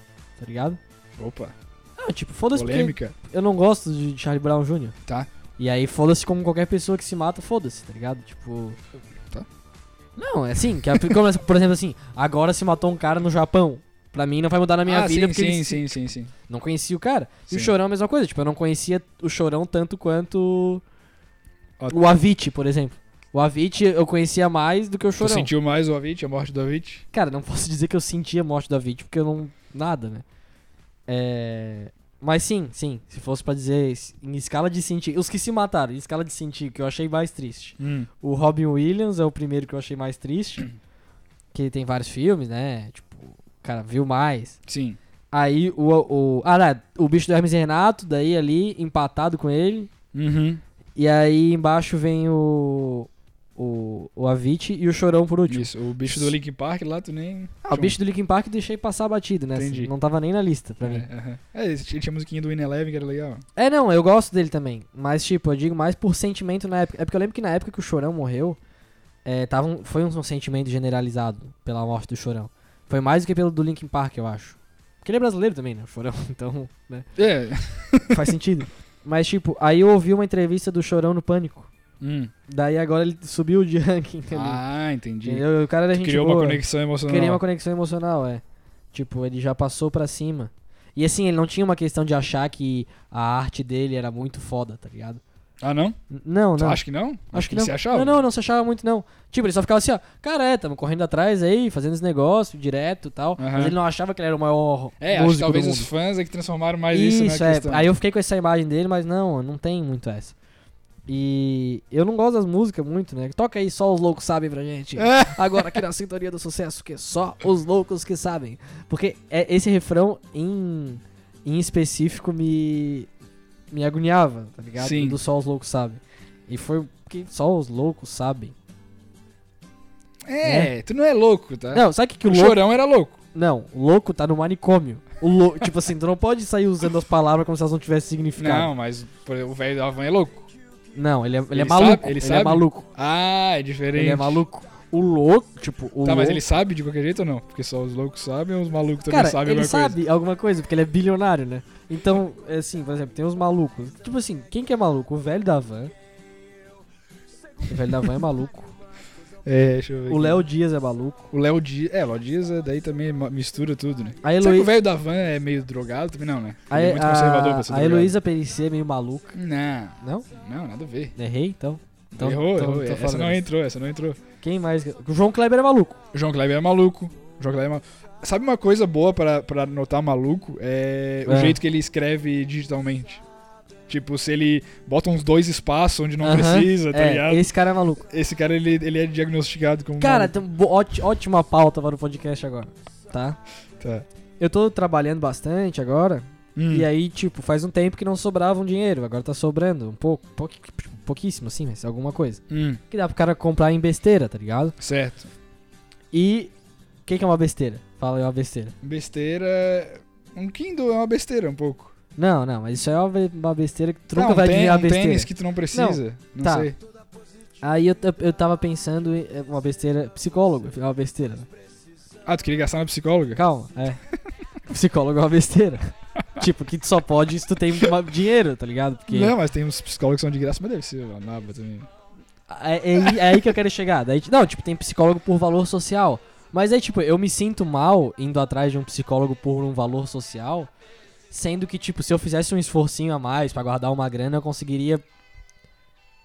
S1: tá ligado?
S2: Opa.
S1: Ah, tipo, foda-se porque
S2: Polêmica.
S1: eu não gosto de Charlie Brown Jr.
S2: Tá.
S1: E aí, foda-se como qualquer pessoa que se mata, foda-se, tá ligado? Tipo.
S2: Tá.
S1: Não, é assim, que a- começa, por exemplo, assim, agora se matou um cara no Japão. Pra mim não vai mudar na minha
S2: ah,
S1: vida
S2: sim,
S1: porque
S2: sim,
S1: ele
S2: sim, sim, sim.
S1: não conhecia o cara. E
S2: Sim.
S1: o Chorão é a mesma coisa, tipo, eu não conhecia o Chorão tanto quanto
S2: Ó,
S1: o Avicii, por exemplo. O Avicii eu conhecia mais do que o
S2: Tu
S1: Chorão.
S2: sentiu mais o Avit, a morte do Avit?
S1: Cara, não posso dizer que eu senti a morte do Avicii, porque eu não... nada, né? É... Mas sim, sim, se fosse pra dizer em escala de sentir, os que se mataram, em escala de sentir, que eu achei mais triste. O Robin Williams é o primeiro que eu achei mais triste. que ele tem vários filmes, né? Tipo, o cara, viu mais.
S2: Sim.
S1: Aí o. o ah, lá, o bicho do Hermes e Renato, daí ali, empatado com ele.
S2: Uhum.
S1: E aí embaixo vem o. O, o Avicii e o Chorão por último.
S2: Isso. O bicho do Link Park lá, tu nem. um-
S1: Ah, o bicho do Linkin Park eu deixei passar batido, né?
S2: Tá Entendi.
S1: Não tava nem na lista pra
S2: É,
S1: mim.
S2: aham. é, esse- tinha a musiquinha do Win Eleven que era legal.
S1: É, não, eu gosto dele também. Mas, tipo, eu digo mais por sentimento na época. É porque eu lembro que na época que o Chorão morreu, é, tava um- foi um sentimento generalizado pela morte do Chorão. Foi mais do que pelo do Linkin Park, eu acho. Porque ele é brasileiro também, né? O Chorão, então, né?
S2: É.
S1: Faz sentido. Mas, tipo, aí eu ouvi uma entrevista do Chorão no Pânico.
S2: Hum.
S1: Daí agora ele subiu de ranking ali.
S2: Ah, entendi.
S1: entendeu? E O cara era gente
S2: Criou
S1: boa.
S2: uma conexão emocional.
S1: Queria uma conexão emocional, é. Tipo, ele já passou pra cima. E assim, ele não tinha uma questão de achar que a arte dele era muito foda, tá ligado?
S2: Ah, não?
S1: N- Não,
S2: Tu
S1: não.
S2: acha que não?
S1: Acho que
S2: ele
S1: não.
S2: se achava?
S1: Não, não, não se achava muito, não. Tipo, ele só ficava assim, ó. Cara, é, tamo correndo atrás aí, fazendo esse negócio direto e tal.
S2: Aham.
S1: Mas ele não achava que ele era o maior
S2: É, acho que
S1: músico
S2: talvez
S1: do
S2: os
S1: mundo.
S2: fãs é que transformaram mais isso, na
S1: é.
S2: questão.
S1: Aí eu fiquei com essa imagem dele, mas não, não tem muito essa. E eu não gosto das músicas muito, né? Toca aí, só os loucos sabem pra gente.
S2: É.
S1: Agora aqui na Sintonia do Sucesso, que é só os loucos que sabem. Porque é, esse refrão em, em específico me, me agoniava, tá ligado?
S2: Sim.
S1: Do só os loucos sabem. E foi porque só os loucos sabem.
S2: É, tu não é louco, tá?
S1: Não, sabe o que, que
S2: o
S1: o louco.
S2: chorão era louco.
S1: Não, o louco tá no manicômio. O lou- tipo assim, tu não pode sair usando as palavras como se elas não tivessem significado.
S2: Não, mas por exemplo, o velho da Havan é louco.
S1: Não, ele é, ele é
S2: Ele
S1: maluco.
S2: sabe- ele
S1: ele é
S2: sabe?
S1: maluco.
S2: Ah, é diferente.
S1: Ele é maluco. O louco, tipo, o
S2: Tá, mas
S1: louco-
S2: ele sabe de qualquer jeito ou não? Porque só os loucos sabem ou os malucos também
S1: Cara,
S2: sabem
S1: ele
S2: alguma
S1: sabe
S2: coisa?
S1: alguma coisa, porque ele é bilionário, né? Então, é assim, por exemplo, tem os malucos. Tipo assim, quem que é maluco? O velho da van. O velho da van é maluco.
S2: É, deixa eu ver.
S1: O
S2: aqui.
S1: Léo Dias é maluco.
S2: O Léo Dias. É, o Léo Dias é- daí também ma- mistura tudo, né?
S1: A
S2: Será que o
S1: Heloísa.
S2: velho da Van é meio drogado também? Não, né? Ele
S1: A,
S2: é muito conservador pra ser
S1: a, a
S2: drogado.
S1: Heloísa Perecer é meio maluca.
S2: Não,
S1: Não?
S2: não, nada a ver.
S1: Errei, então. Então,
S2: errou,
S1: então
S2: errou.
S1: tô
S2: Essa
S1: falando
S2: não
S1: isso.
S2: entrou, essa não entrou.
S1: Quem mais? O João Kleber é maluco.
S2: João Kleber é maluco. João Kleber é maluco. Sabe uma coisa boa pra, pra notar maluco? É, o
S1: É.
S2: jeito que ele escreve digitalmente. Tipo, se ele bota uns dois espaços onde não
S1: Aham.
S2: precisa, tá
S1: É,
S2: ligado? Esse,
S1: Esse cara é maluco.
S2: cara, ele, ele é diagnosticado como
S1: Cara, tem um bo- óti- ótima pauta para o podcast agora, tá?
S2: maluco. Tá.
S1: Eu tô trabalhando bastante agora,
S2: Hum.
S1: e aí, tipo, faz um tempo que não sobrava um dinheiro, agora tá sobrando um pouco, pouqui- pouquíssimo, assim, mas alguma coisa.
S2: Hum,
S1: Que dá pro cara comprar em besteira, tá ligado?
S2: certo.
S1: E. O que, que é uma besteira? Fala aí uma besteira.
S2: Besteira... Um Kindle é uma besteira um pouco.
S1: Não, não, mas isso é uma be- uma besteira que tu nunca
S2: Não,
S1: vai
S2: um tê-
S1: adivinhar a
S2: um
S1: besteira.
S2: tênis que tu não precisa. Não,
S1: tá.
S2: sei.
S1: Aí eu, t- eu tava pensando em é, uma besteira. Psicólogo, é uma besteira. né?
S2: Ah, tu queria gastar na psicóloga?
S1: Calma, é. Psicólogo é uma besteira. tipo, que tu só pode se tu tem uma- dinheiro, tá ligado? Porque
S2: Não, mas tem uns psicólogos que são de graça, mas deve ser uma naba também.
S1: é, é- é aí que eu quero chegar. Daí, não, tipo, tem psicólogo por valor social. Mas aí, tipo, eu me sinto mal indo atrás de um psicólogo por um valor social. Sendo que, tipo, se eu fizesse um esforcinho a mais pra guardar uma grana, eu conseguiria.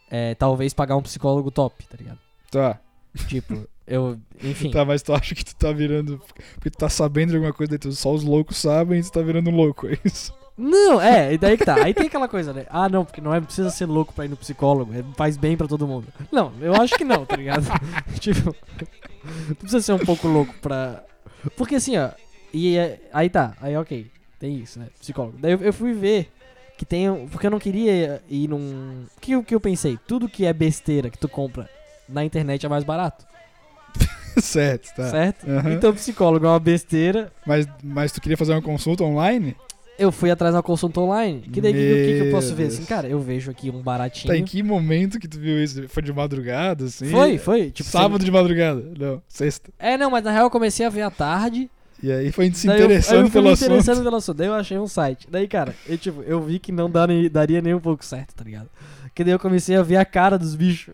S1: é, talvez pagar um psicólogo top, tá ligado?
S2: Tá.
S1: Tipo, eu. Enfim.
S2: Tá, mas tu acha que tu tá virando. Porque tu tá sabendo de alguma coisa, daí tu- só os loucos sabem e tu tá virando um louco, é isso?
S1: Não, é, e daí que tá. Aí tem aquela coisa, né? Ah, não, porque não é precisa ser louco pra ir no psicólogo, é- faz bem pra todo mundo. Não, eu acho que não, tá ligado? tipo, tu precisa ser um pouco louco pra. Porque assim, ó, e é- aí tá, aí ok, tem isso, né? Psicólogo. Daí eu, eu fui ver que tem. um- Porque eu não queria ir num. O que, o que eu pensei? Tudo que é besteira que tu compra na internet é mais barato,
S2: certo, tá.
S1: certo?
S2: Aham.
S1: Então, psicólogo é uma besteira.
S2: Mas, mas tu queria fazer uma consulta online?
S1: Eu fui atrás da consulta online. Que daí o que, o que que eu
S2: Meu
S1: posso ver?
S2: Deus.
S1: Assim, cara, eu vejo aqui um baratinho.
S2: Tá, em que momento que tu viu isso? Foi de madrugada, assim?
S1: Foi, foi. Tipo,
S2: Sábado
S1: você-
S2: de madrugada? Não, sexta.
S1: É, não, mas na real eu comecei a ver à tarde.
S2: E aí foi se
S1: daí eu- aí
S2: interessando
S1: eu fui
S2: pelo
S1: me
S2: assunto.
S1: interessando pelo assunto. Daí eu achei um site. Daí, cara, eu, tipo, eu vi que não dá nem- daria nem um pouco certo, tá ligado? Que daí eu comecei a ver a cara dos bichos.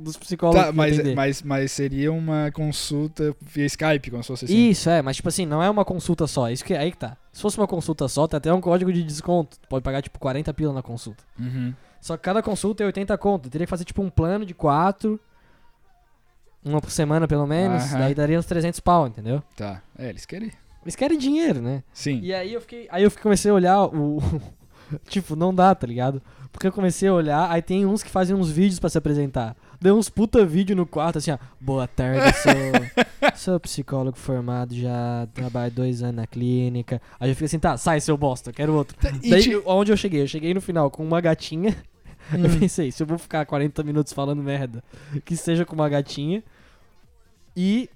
S1: Dos psicólogos.
S2: Tá,
S1: que
S2: mas,
S1: atender.
S2: mas, mas seria uma consulta via Skype, como se fosse assim.
S1: Isso, é, mas tipo assim, não é uma consulta só. Isso que aí que tá. Se fosse uma consulta só, tem até um código de desconto. Tu pode pagar, tipo, 40 pila na consulta.
S2: Uhum.
S1: Só que cada consulta é 80 conto. Eu teria que fazer tipo um plano de quatro. Uma por semana, pelo menos.
S2: Aham.
S1: Daí daria uns 300 pau, entendeu?
S2: Tá. É, eles querem.
S1: Eles querem dinheiro, né?
S2: Sim.
S1: E aí eu fiquei. Aí eu fiquei- comecei a olhar o. tipo, não dá, tá ligado? Porque eu comecei a olhar, aí tem uns que fazem uns vídeos pra se apresentar. Deu uns puta vídeo no quarto, assim, ó. Boa tarde, sou, sou psicólogo formado, já trabalho dois anos na clínica. Aí eu fiquei assim, tá, sai, seu bosta, quero outro.
S2: Tá, e
S1: Daí,
S2: ti-
S1: eu- onde eu cheguei? Eu cheguei no final com uma gatinha.
S2: Hum.
S1: Eu pensei, se eu vou ficar 40 minutos falando merda, que seja com uma gatinha e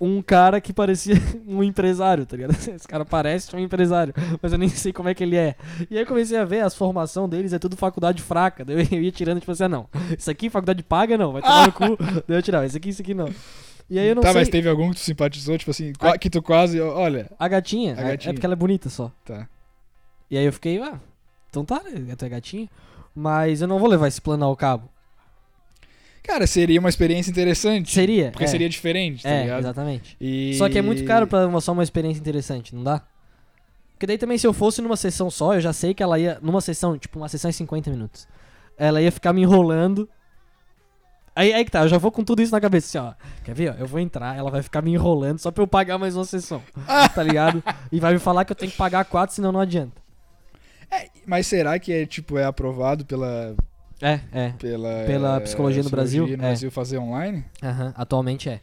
S1: um cara que parecia um empresário, tá ligado? Esse cara parece um empresário, mas eu nem sei como é que ele é. E aí eu comecei a ver as formação deles, é tudo faculdade fraca. Daí eu ia tirando, tipo assim, ah, não, isso aqui faculdade paga não, vai tomar no cu. Daí eu tirava, isso aqui, isso aqui não. E aí eu não
S2: tá,
S1: sei,
S2: mas teve algum que tu simpatizou, tipo assim, qua- que tu quase. Olha.
S1: a gatinha,
S2: A
S1: é-
S2: gatinha.
S1: é porque ela é bonita só.
S2: Tá.
S1: E aí eu fiquei, ah, então tá, né, tu é gatinha, mas eu não vou levar esse plano ao cabo.
S2: Cara, seria uma experiência interessante.
S1: Seria?
S2: Porque
S1: é.
S2: seria diferente, tá
S1: é,
S2: ligado?
S1: exatamente.
S2: E-
S1: Só que é muito caro pra uma, só uma experiência interessante, não dá? Porque daí também se eu fosse numa sessão só, eu já sei que ela ia. Numa sessão, tipo, uma sessão em 50 minutos. Ela ia ficar me enrolando. Aí, aí que tá, eu já vou com tudo isso na cabeça, assim, ó. Quer ver? ó? Eu vou entrar, ela vai ficar me enrolando só pra eu pagar mais uma sessão. tá ligado? E vai me falar que eu tenho que pagar quatro, senão não adianta.
S2: É, mas será que é, tipo, é aprovado pela.
S1: É, é.
S2: Pela,
S1: Pela psicologia no Brasil?
S2: psicologia no
S1: É.
S2: Brasil fazer online?
S1: Aham, atualmente é.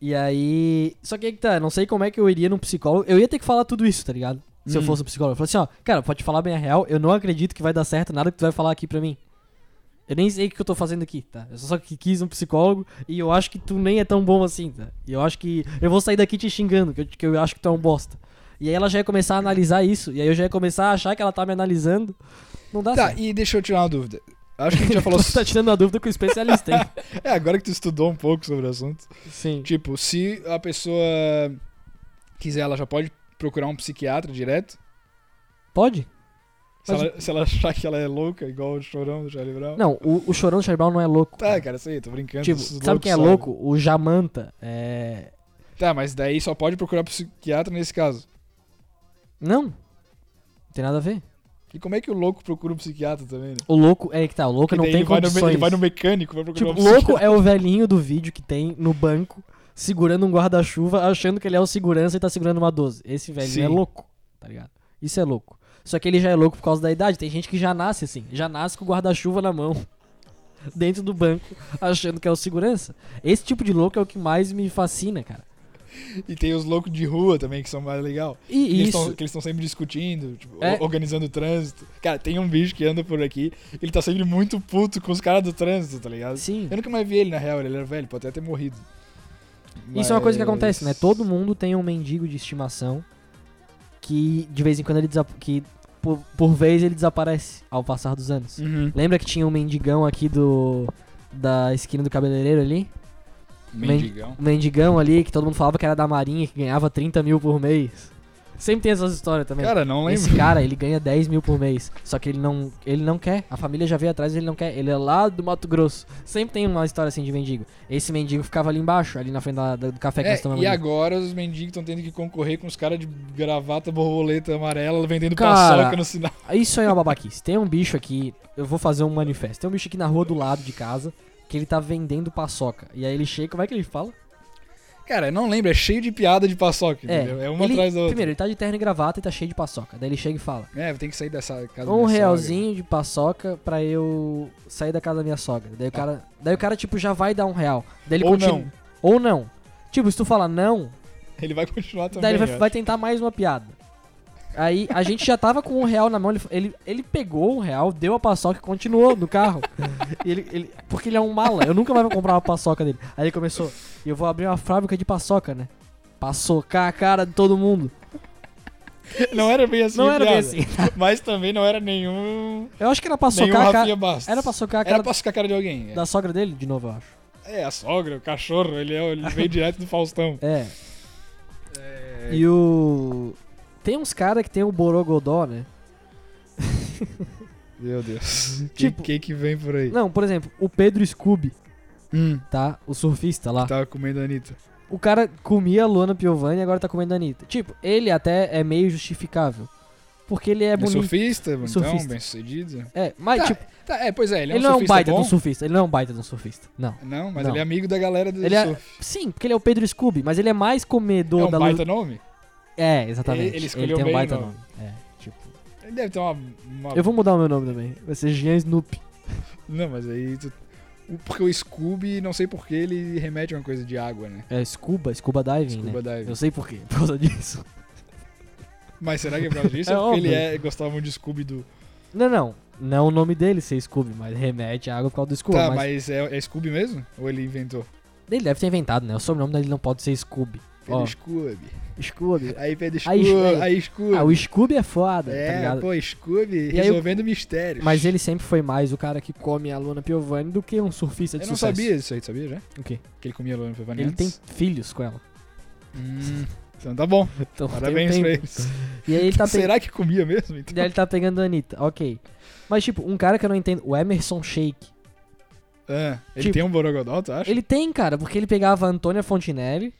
S1: E aí. Só que aí que tá, não sei como é que eu iria num psicólogo. Eu ia ter que falar tudo isso, tá ligado? Se eu
S2: Hum.
S1: fosse um psicólogo. Eu falei assim, ó, cara, pode falar bem a real, eu não acredito que vai dar certo nada que tu vai falar aqui pra mim. Eu nem sei o que eu tô fazendo aqui, tá? Eu só que quis um psicólogo e eu acho que tu nem é tão bom assim, tá? E eu acho que. Eu vou sair daqui te xingando, que eu, que eu acho que tu é um bosta. E aí ela já ia começar a analisar isso, e aí eu já ia começar a achar que ela tá me analisando. Não dá
S2: Tá,
S1: certo.
S2: e deixa eu tirar uma dúvida. Acho que a gente já falou.
S1: Tu tá tirando a dúvida com o especialista, hein?
S2: é, agora que tu estudou um pouco sobre o assunto.
S1: Sim.
S2: Tipo, se a pessoa quiser, ela já pode procurar um psiquiatra direto.
S1: Pode?
S2: Se,
S1: Mas-
S2: ela, se ela achar que ela é louca, igual o chorão do Charlie Brown.
S1: Não, o, o chorão do Charlie Brown não é louco.
S2: Tá, cara, sei, tô brincando.
S1: Tipo,
S2: os
S1: sabe
S2: loucos
S1: quem é
S2: sabem.
S1: louco? O Jamanta. É.
S2: Tá, mas daí só pode procurar psiquiatra nesse caso.
S1: Não. Não tem nada a ver.
S2: E como é que o louco procura um psiquiatra também, né?
S1: O louco, é que tá, o louco
S2: Que
S1: não
S2: daí
S1: tem
S2: ele vai, no, me-
S1: condições.
S2: ele vai no mecânico, vai procurar
S1: Tipo,
S2: um
S1: louco
S2: psiquiatra.
S1: é o velhinho do vídeo que tem no banco, segurando um guarda-chuva, achando que ele é o segurança e tá segurando uma 12. Esse velhinho
S2: Sim.
S1: é louco, tá ligado? Isso é louco. Só que ele já é louco por causa da idade. Tem gente que já nasce assim, já nasce com o guarda-chuva na mão, dentro do banco, achando que é o segurança. Esse tipo de louco é o que mais me fascina, cara.
S2: E tem os loucos de rua também, que são mais legal. Que
S1: E
S2: eles
S1: isso.
S2: tão- que eles estão sempre discutindo, tipo,
S1: É.
S2: o- organizando o trânsito. Cara, tem um bicho que anda por aqui, ele tá sempre muito puto com os caras do trânsito, tá ligado?
S1: Sim.
S2: Eu nunca mais vi ele, na real, ele era velho, pode até ter morrido.
S1: Isso é uma coisa que
S2: Mas-
S1: acontece, né? Todo mundo tem um mendigo de estimação que de vez em quando ele desap- que por, por vez ele desaparece ao passar dos anos.
S2: Uhum.
S1: Lembra que tinha um mendigão aqui do da esquina do cabeleireiro ali?
S2: Mendigão.
S1: Um mendigão ali que todo mundo falava que era da marinha, que ganhava 30 mil por mês. Sempre tem essas histórias também.
S2: Cara, não lembro.
S1: Esse cara, ele ganha 10 mil por mês. Só que ele não, ele não quer. A família já veio atrás, ele não quer. Ele é lá do Mato Grosso. Sempre tem uma história assim de mendigo. Esse mendigo ficava ali embaixo, ali na frente da- da- do café que
S2: É,
S1: nós tomamos.
S2: e
S1: ali.
S2: agora os mendigos estão tendo que concorrer com os caras de gravata borboleta amarela vendendo
S1: Cara,
S2: paçoca no sinal.
S1: Isso aí é uma babaquice. Tem um bicho aqui, eu vou fazer um manifesto. Tem um bicho aqui na rua do lado de casa que ele tá vendendo paçoca. E aí ele chega, como é que ele fala?
S2: Cara, eu não lembro, é cheio de piada de paçoca, entendeu? É uma
S1: ele-
S2: atrás da outra.
S1: Primeiro, ele tá de terno e gravata e tá cheio de paçoca. Daí ele chega e fala:
S2: É, tem que sair dessa casa da
S1: Um
S2: minha sogra.
S1: realzinho de paçoca pra eu sair da casa da minha sogra. Daí o cara, daí o cara tipo, já vai dar um real. Daí ele
S2: Ah. Ou
S1: continua.
S2: não.
S1: Ou não. Tipo, se tu falar não,
S2: Ele vai continuar também.
S1: daí ele
S2: ó.
S1: vai, vai tentar mais uma piada. Aí a gente já tava com um real na mão, ele, ele, ele pegou um real, deu a paçoca e continuou no carro. E ele, ele- porque ele é um mala, eu nunca mais vou comprar uma paçoca dele. Aí ele começou, e eu vou abrir uma fábrica de paçoca, né? Paçocar a cara de todo mundo.
S2: Não era bem assim,
S1: Não era bem
S2: piada.
S1: assim.
S2: Mas também não era nenhum.
S1: Eu acho que era pra
S2: Nenhum
S1: socar a
S2: Rafinha
S1: cara.
S2: Bastos.
S1: Era pra socar a cara
S2: Era pra socar a cara de alguém. é.
S1: da sogra dele, de novo, eu acho.
S2: É, a sogra, o cachorro, ele, é, ele veio direto do Faustão.
S1: É.
S2: É.
S1: E o. Tem uns caras que tem o Borogodó, né?
S2: Meu Deus.
S1: Tipo-
S2: Tipo, quem que vem por aí?
S1: Não, por exemplo, o Pedro Scooby,
S2: Hum,
S1: tá? O surfista lá.
S2: tava Tá comendo a Anitta.
S1: O cara comia a Luana Piovani e agora tá comendo a Anitta. Tipo, ele até é meio justificável. Porque ele é
S2: Ele é
S1: bonito.
S2: surfista, então,
S1: Surfista.
S2: bem sucedido.
S1: É, mas
S2: Tá,
S1: tipo,
S2: Tá, é, pois é,
S1: ele,
S2: ele é um
S1: não é um
S2: surfista
S1: baita de
S2: bom.
S1: um surfista. Ele não é um baita de um surfista. Não.
S2: Não, mas
S1: Não.
S2: ele é amigo da galera do
S1: Ele é-
S2: surf.
S1: Sim, porque ele é o Pedro Scooby, mas ele é mais comedor
S2: É um
S1: da
S2: baita nome?
S1: É, exatamente.
S2: Ele- ele escolheu
S1: tem um
S2: bem
S1: baita
S2: Tá o nome.
S1: nome. É, tipo.
S2: Ele deve ter uma... uma-
S1: Eu vou mudar o meu nome também. Vai ser Jean Snoop.
S2: Não, mas aí... tu- o- Porque o Scooby, não sei porque, ele remete a uma coisa de água, né?
S1: É Scuba, Scuba Diving, né?
S2: Scuba diving.
S1: Eu sei por quê, por causa disso.
S2: Mas será que é por causa disso?
S1: É
S2: é porque ele
S1: óbvio.
S2: é, gostava muito de Scooby do...
S1: Não, não. Não o nome dele ser Scooby, mas remete à água por causa do Scuba.
S2: tá,
S1: mas,
S2: mas, é, é Scooby mesmo? Ou ele inventou?
S1: ele deve ter inventado, né? O sobrenome dele não pode ser Scooby.
S2: Pedro
S1: Ó.
S2: Scooby.
S1: Scooby.
S2: Aí Pedro
S1: Aí,
S2: é Scooby.
S1: é.
S2: Aí Scooby.
S1: Ah, o Scooby é foda, tá
S2: é,
S1: ligado?
S2: pô, Scooby
S1: aí eu-
S2: resolvendo mistérios.
S1: Mas ele sempre foi mais o cara que come a Luna Piovani do que um surfista
S2: Eu
S1: de
S2: não
S1: sucesso.
S2: sabia disso aí, tu sabia já?
S1: O quê?
S2: Que ele comia Luana Piovani
S1: Ele tem
S2: antes?
S1: filhos com ela.
S2: Hum, então tá bom.
S1: Então, tem-
S2: Parabéns
S1: tem-
S2: pra eles.
S1: E aí ele tá, pe...
S2: Será que comia mesmo? Então?
S1: daí ele tá pegando a Anitta, ok. Mas tipo, um cara que eu não entendo, o Emerson Shake.
S2: Ah, ele
S1: Tipo-
S2: tem um borogodó, tu acha?
S1: Ele tem, cara, porque ele pegava a Antônia Fontinelli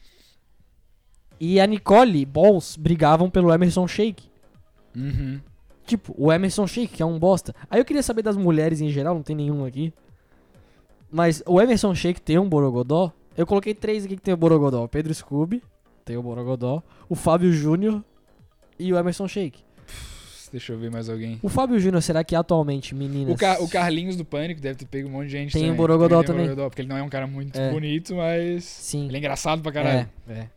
S1: e a Nicole Balls brigavam pelo Emerson Shake.
S2: Uhum.
S1: Tipo, o Emerson Shake, que é um bosta. Aí eu queria saber das mulheres em geral, não tem nenhum aqui. Mas o Emerson Shake tem um Borogodó. Eu coloquei três aqui que tem o Borogodó. O Pedro Scooby tem o Borogodó. O Fábio Júnior e o Emerson Shake.
S2: Deixa eu ver mais alguém.
S1: O Fábio Júnior, será que é atualmente, meninas...
S2: O, Ca- o Carlinhos do Pânico deve ter pego um monte de gente
S1: Tem
S2: também.
S1: um borogodó
S2: Ele tem um
S1: também.
S2: borogodó, porque ele não é um cara muito
S1: É.
S2: bonito, mas...
S1: Sim.
S2: Ele é engraçado pra caralho.
S1: É, é.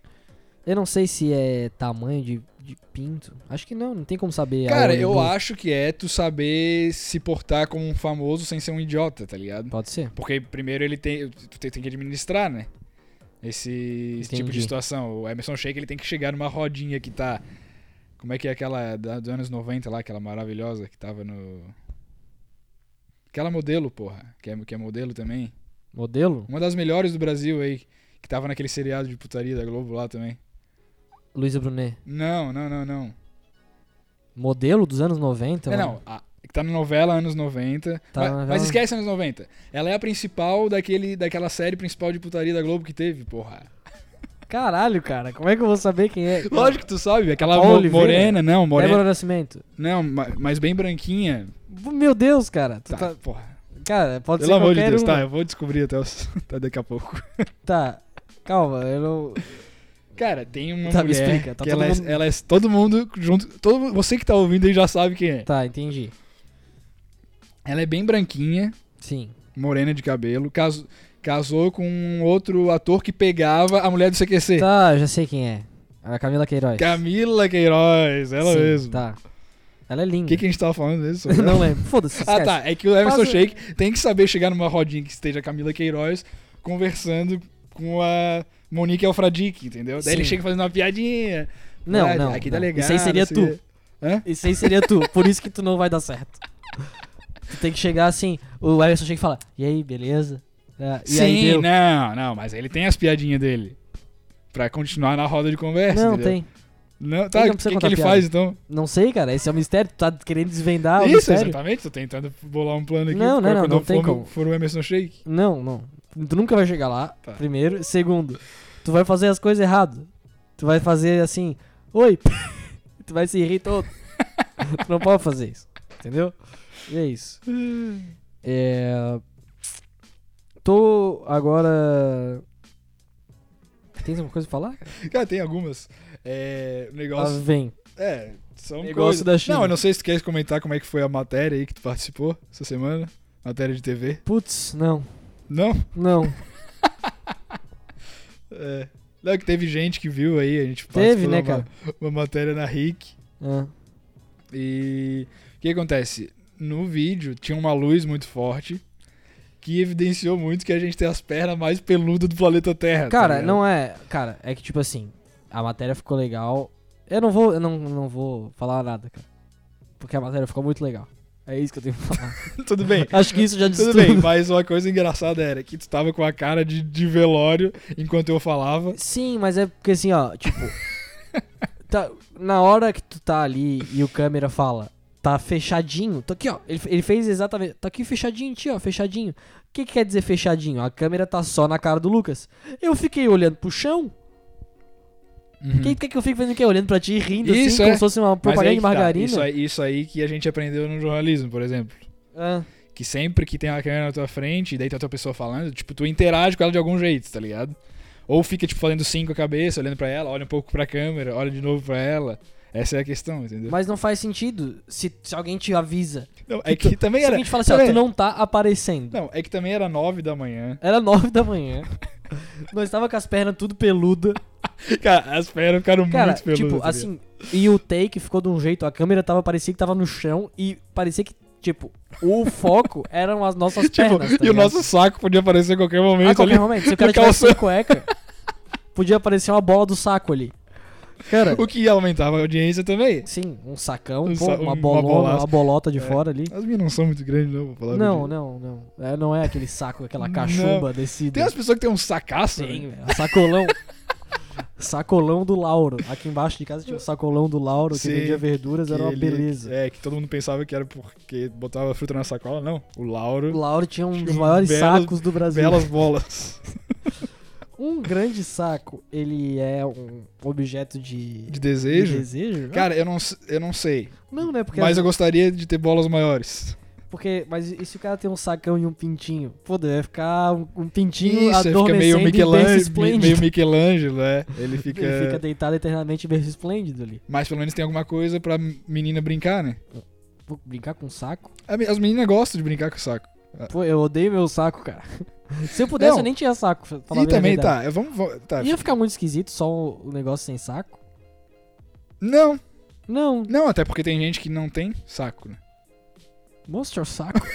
S1: Eu não sei se é tamanho de, de pinto. Acho que não, não tem como saber. a
S2: Cara,
S1: olho
S2: eu
S1: nu.
S2: acho que é tu saber se portar como um famoso sem ser um idiota, tá ligado?
S1: Pode ser.
S2: Porque primeiro ele tem. Tu tem, tem que administrar, né? Esse, esse tipo
S1: Entendi.
S2: de situação. O Emerson Shake ele tem que chegar numa rodinha que tá. Como é que é aquela da, dos anos 90 lá, aquela maravilhosa que tava no. Aquela modelo, porra. Que é, que é modelo também.
S1: Modelo?
S2: Uma das melhores do Brasil aí. Que tava naquele seriado de putaria da Globo lá também.
S1: Luísa Brunet.
S2: Não, não, não, não.
S1: Modelo dos anos 90?
S2: é,
S1: mano?
S2: não. a- que tá na novela anos 90.
S1: Então, né? Tá
S2: mas,
S1: na novela-
S2: mas esquece anos 90. Ela é a principal daquele, daquela série principal de putaria da Globo que teve, porra.
S1: Caralho, cara, como é que eu vou saber quem é?
S2: Lógico que tu sabe, aquela
S1: Paula
S2: mo-
S1: Oliveira?
S2: morena, não,
S1: Débora
S2: morena.
S1: Nascimento.
S2: Não, ma- mas bem branquinha.
S1: Meu Deus, cara. tu
S2: Tá,
S1: tá-
S2: porra.
S1: Cara, pode
S2: Pelo
S1: ser
S2: amor de
S1: qualquer um.
S2: Deus,
S1: uma.
S2: tá, eu vou descobrir até, os... até daqui a pouco.
S1: Tá, calma, eu não...
S2: Cara, tem uma
S1: Tá, me
S2: mulher
S1: explica, tá
S2: que
S1: todo
S2: ela,
S1: mundo-
S2: é, ela é todo mundo junto, todo mu- você que tá ouvindo aí já sabe quem é.
S1: Tá, entendi.
S2: Ela é bem branquinha,
S1: Sim.
S2: morena de cabelo, caso- casou com um outro ator que pegava a mulher do CQC.
S1: Tá, já sei quem é. A Camila Queiroz.
S2: Camila Queiroz, ela
S1: Sim,
S2: mesmo.
S1: Tá. Ela é linda.
S2: O que, que a gente tava falando mesmo?
S1: Eu
S2: sobre
S1: não
S2: ela?
S1: lembro. Foda-se,
S2: Ah,
S1: esquece.
S2: tá. É que o Emerson
S1: Faz o-
S2: Shake tem que saber chegar numa rodinha que esteja a Camila Queiroz conversando com a Monique Alfradique, entendeu? Daí ele
S1: Sim.
S2: chega fazendo uma piadinha.
S1: Não,
S2: Ah,
S1: não.
S2: Aqui
S1: não.
S2: tá legal.
S1: Isso aí seria
S2: assim.
S1: tu.
S2: Hã?
S1: Isso aí seria tu. Por isso que tu não vai dar certo. Tu tem que chegar assim. O Emerson chega e fala: E aí, beleza? Ah, e aí
S2: Sim, né?
S1: deu.
S2: não, não, mas ele tem as piadinhas dele. Pra continuar na roda de conversa.
S1: Não,
S2: entendeu?
S1: tem.
S2: Não, tá,
S1: Ele não
S2: o
S1: precisa
S2: que, que
S1: contar
S2: ele
S1: piada.
S2: faz então?
S1: Não sei, cara. Esse é o mistério. Tu tá querendo desvendar o
S2: Isso,
S1: mistério?
S2: exatamente. Tô tentando bolar um plano aqui.
S1: Não, não,
S2: pra
S1: não,
S2: quando
S1: não
S2: eu
S1: tem
S2: for, no-
S1: como.
S2: for o Emerson Shake.
S1: Não, não. Tu nunca vai chegar lá,
S2: Tá.
S1: primeiro. Segundo, tu vai fazer as coisas errado. Tu vai fazer assim, oi. tu vai se rir todo. tu não pode fazer isso. Entendeu? E é isso. É... Tô agora. Tem alguma coisa pra falar? cara?
S2: Cara, tem algumas. É. o
S1: Ah,
S2: Negócio.
S1: vem.
S2: É, são
S1: Negócio
S2: coisas-
S1: da China.
S2: Não, eu não sei se tu queres comentar como é que foi a matéria aí que tu participou essa semana. Matéria de TV.
S1: Putz, não.
S2: Não?
S1: Não.
S2: É. Não, que teve gente que viu aí, a gente participou
S1: Teve, né,
S2: de
S1: cara?
S2: uma, uma matéria na RIC.
S1: Ah,
S2: E o que acontece? No vídeo tinha uma luz muito forte que evidenciou muito que a gente tem as pernas mais peludas do planeta Terra. tá
S1: Cara, não é. Cara, é que tipo assim, a matéria ficou legal. Eu não vou, eu não, não vou falar nada, cara. Porque a matéria ficou muito legal. É isso que eu tenho pra falar.
S2: é. Tudo bem.
S1: Acho que isso já disse
S2: Tudo
S1: tudo.
S2: bem, mas uma coisa engraçada era que tu tava com a cara de, de velório enquanto eu falava.
S1: Sim, mas é porque assim, ó, tipo. tá- na hora que tu tá ali e o câmera fala, tá fechadinho, tô aqui, ó. Ele, ele fez exatamente. Tá aqui fechadinho em ti, ó, fechadinho. O que, que quer dizer fechadinho? A câmera tá só na cara do Lucas. Eu fiquei olhando pro chão. Quem quer que eu fique fazendo o quê? Olhando pra ti e rindo
S2: Uhum. Isso,
S1: assim, como
S2: é.
S1: se fosse uma
S2: Mas
S1: propaganda de
S2: aí que tá,
S1: margarina?
S2: Isso aí, isso aí que a gente aprendeu no jornalismo, por exemplo.
S1: Ah.
S2: Que sempre que tem uma câmera na tua frente e daí tem outra pessoa falando, tipo, tu interage com ela de algum jeito, tá ligado? Ou fica, tipo, fazendo sim com a cabeça, olhando pra ela, olha um pouco pra câmera, olha de novo pra ela. Essa é a questão, entendeu?
S1: Mas não faz sentido se, se alguém te avisa.
S2: Não, é que também
S1: Se
S2: era.
S1: alguém te fala assim, ó,
S2: também-
S1: tu não tá aparecendo.
S2: Não, é que também era nove da manhã.
S1: Era nove da manhã. Nós tava com as pernas tudo peluda.
S2: Cara, as pernas ficaram
S1: Cara,
S2: muito peludas.
S1: tipo,
S2: tá ligado?
S1: assim, e o take ficou de um jeito, a câmera tava, parecia que tava no chão e parecia que, tipo, o foco eram as nossas
S2: Tipo,
S1: pernas. tá
S2: e o
S1: ligado?
S2: nosso saco podia aparecer a qualquer momento
S1: A qualquer
S2: ali.
S1: momento, se o cara
S2: no
S1: tivesse sem
S2: calção.
S1: cueca, podia aparecer uma bola do saco ali. Cara,
S2: O que aumentava a audiência também.
S1: sim, um sacão,
S2: Um
S1: pô,
S2: sa-
S1: uma
S2: uma
S1: bolona, uma,
S2: bolaça.
S1: bolota de
S2: É.
S1: fora ali.
S2: As minhas não são muito grandes, não, vou falar. a
S1: Não,
S2: verdade.
S1: não, não. É, não é aquele saco, aquela
S2: Não.
S1: cachumba desse.
S2: Tem umas pessoas que tem um sacaço.
S1: Tem,
S2: né?
S1: velho. Sacolão. sacolão do Lauro. Aqui embaixo de casa tinha um sacolão do Lauro que
S2: Sim,
S1: vendia verduras, era uma
S2: ele-
S1: beleza.
S2: É, que todo mundo pensava que era porque botava fruta na sacola. Não, o
S1: O
S2: Lauro,
S1: Lauro tinha um
S2: Tinha
S1: dos
S2: um
S1: maiores
S2: belo-
S1: sacos do Brasil.
S2: belas bolas
S1: Um grande saco, ele é um objeto de,
S2: de
S1: de
S2: desejo.
S1: desejo?
S2: Cara, eu não, s- eu não sei,
S1: não, né? Porque,
S2: mas eu gostaria de ter bolas maiores.
S1: porque. Mas e se o cara tem um sacão e um pintinho? Pô, deve ficar um, um pintinho
S2: Isso, aí fica meio
S1: adormecendo em berço
S2: Michelangelo,
S1: esplêndido.
S2: meio Michelangelo, é. Ele fica...
S1: Ele fica deitado eternamente em berço esplêndido ali.
S2: Mas pelo menos tem alguma coisa pra menina brincar, né?
S1: Vou brincar com um saco?
S2: A me- As meninas gostam de brincar com o saco.
S1: Pô, eu odeio meu saco, cara. Se eu pudesse,
S2: Não.
S1: eu nem tinha saco. pra falar
S2: e
S1: bem a
S2: também,
S1: verdade.
S2: tá, vamos... vo- tá.
S1: Ia ficar muito esquisito só o o negócio sem saco?
S2: Não,
S1: Não,
S2: não, até porque tem gente que não tem saco, né?
S1: mostra o saco.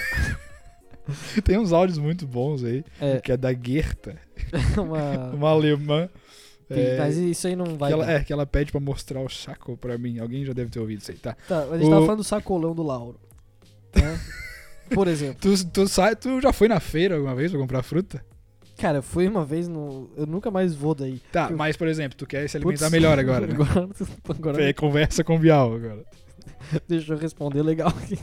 S2: Tem uns áudios muito bons aí,
S1: É,
S2: que é da Gerta,
S1: uma...
S2: uma alemã. é,
S1: Mas isso aí não vai.
S2: que ela,
S1: dar.
S2: é, que ela pede pra mostrar o saco pra mim. Alguém já deve ter ouvido isso aí, tá?
S1: Tá, mas a gente tava
S2: O-
S1: falando do sacolão do Lauro. né? Por exemplo,
S2: Tu, tu, sai, tu já foi na feira alguma vez pra comprar fruta?
S1: cara, eu fui uma vez no. Eu nunca mais vou daí.
S2: Tá,
S1: Eu-
S2: mas por exemplo, tu quer se
S1: Putz.
S2: alimentar melhor agora, né?
S1: agora, agora
S2: É, conversa com o Bial agora.
S1: deixa eu responder legal aqui.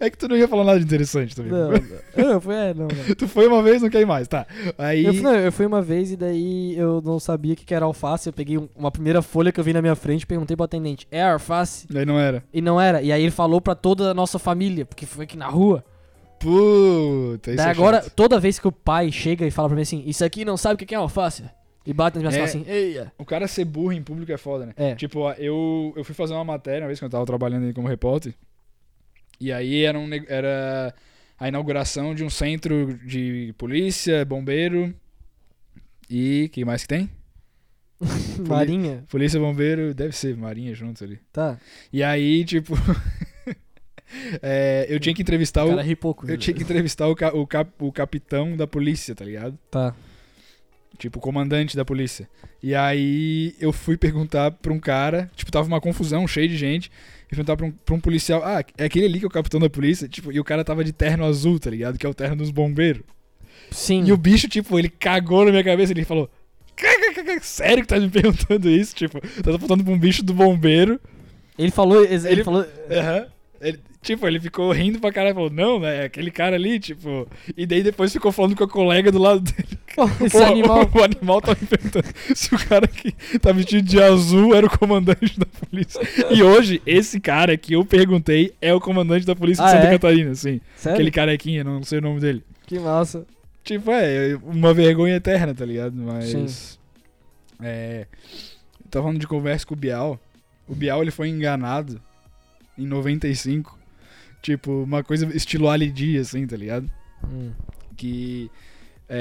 S2: É que tu não ia falar nada de interessante também.
S1: Não, não. Eu fui, é, não, não.
S2: Tu foi uma vez, não quer ir mais, tá. Aí.
S1: Eu, fui- não, eu fui uma vez e daí eu não sabia o que que era alface. Eu peguei um- uma primeira folha que eu vi na minha frente, perguntei pro atendente: é alface?
S2: Aí não era.
S1: E não era. E aí ele falou pra toda a nossa família, porque foi aqui na rua.
S2: Puta, isso
S1: Daí
S2: é
S1: agora,
S2: chato.
S1: toda vez que o pai chega e fala pra mim assim: Isso aqui não sabe o que que é alface? E bate nas minhas
S2: É.
S1: costas assim: Eia.
S2: O cara ser burro em público é foda, né?
S1: É.
S2: Tipo, ó, eu, eu fui fazer uma matéria uma vez que eu tava trabalhando aí como repórter. E aí era, um, neg- era a inauguração de um centro de polícia, bombeiro. E quem mais que tem? tipo,
S1: Marinha.
S2: Polícia, bombeiro, deve ser marinha juntos ali.
S1: Tá.
S2: E aí, tipo. é, eu tinha que entrevistar
S1: O
S2: o.
S1: cara ri pouco.
S2: Eu tinha que entrevistar o, ca- o, cap- o capitão da polícia, tá ligado?
S1: Tá.
S2: Tipo, o comandante da polícia. E aí eu fui perguntar pra um cara, tipo, tava uma confusão, cheio de gente. E perguntar pra um, pra um policial, ah, é aquele ali que é o capitão da polícia? Tipo, e o cara tava de terno azul, tá ligado? Que é o terno dos bombeiros.
S1: Sim.
S2: E o bicho, tipo, ele cagou na minha cabeça, ele falou. "Kkkk, Sério que tá me perguntando isso? Tipo, tá apontando pra um bicho do bombeiro.
S1: Ele falou. Ele,
S2: Ele-
S1: falou.
S2: Aham. Ele- tipo, ele ficou rindo pra caralho. Falou, não, né? É aquele cara ali, tipo. E daí depois ficou falando com a colega do lado dele.
S1: Pô, esse
S2: o,
S1: animal.
S2: O, o animal tá me perguntando se o cara que tá vestido de azul era o comandante da polícia. E hoje, esse cara que eu perguntei é o comandante da polícia
S1: Ah,
S2: de Santa
S1: é?
S2: Catarina, assim.
S1: Sério?
S2: Aquele carequinha, não sei o nome dele.
S1: Que massa.
S2: Tipo, é, uma vergonha eterna, tá ligado? Mas.
S1: Sim.
S2: É. eu Tava falando de conversa com o Bial. O Bial ele foi enganado em 95. Tipo, uma coisa estilo Ali Dia, assim, tá ligado?
S1: Hum.
S2: Que.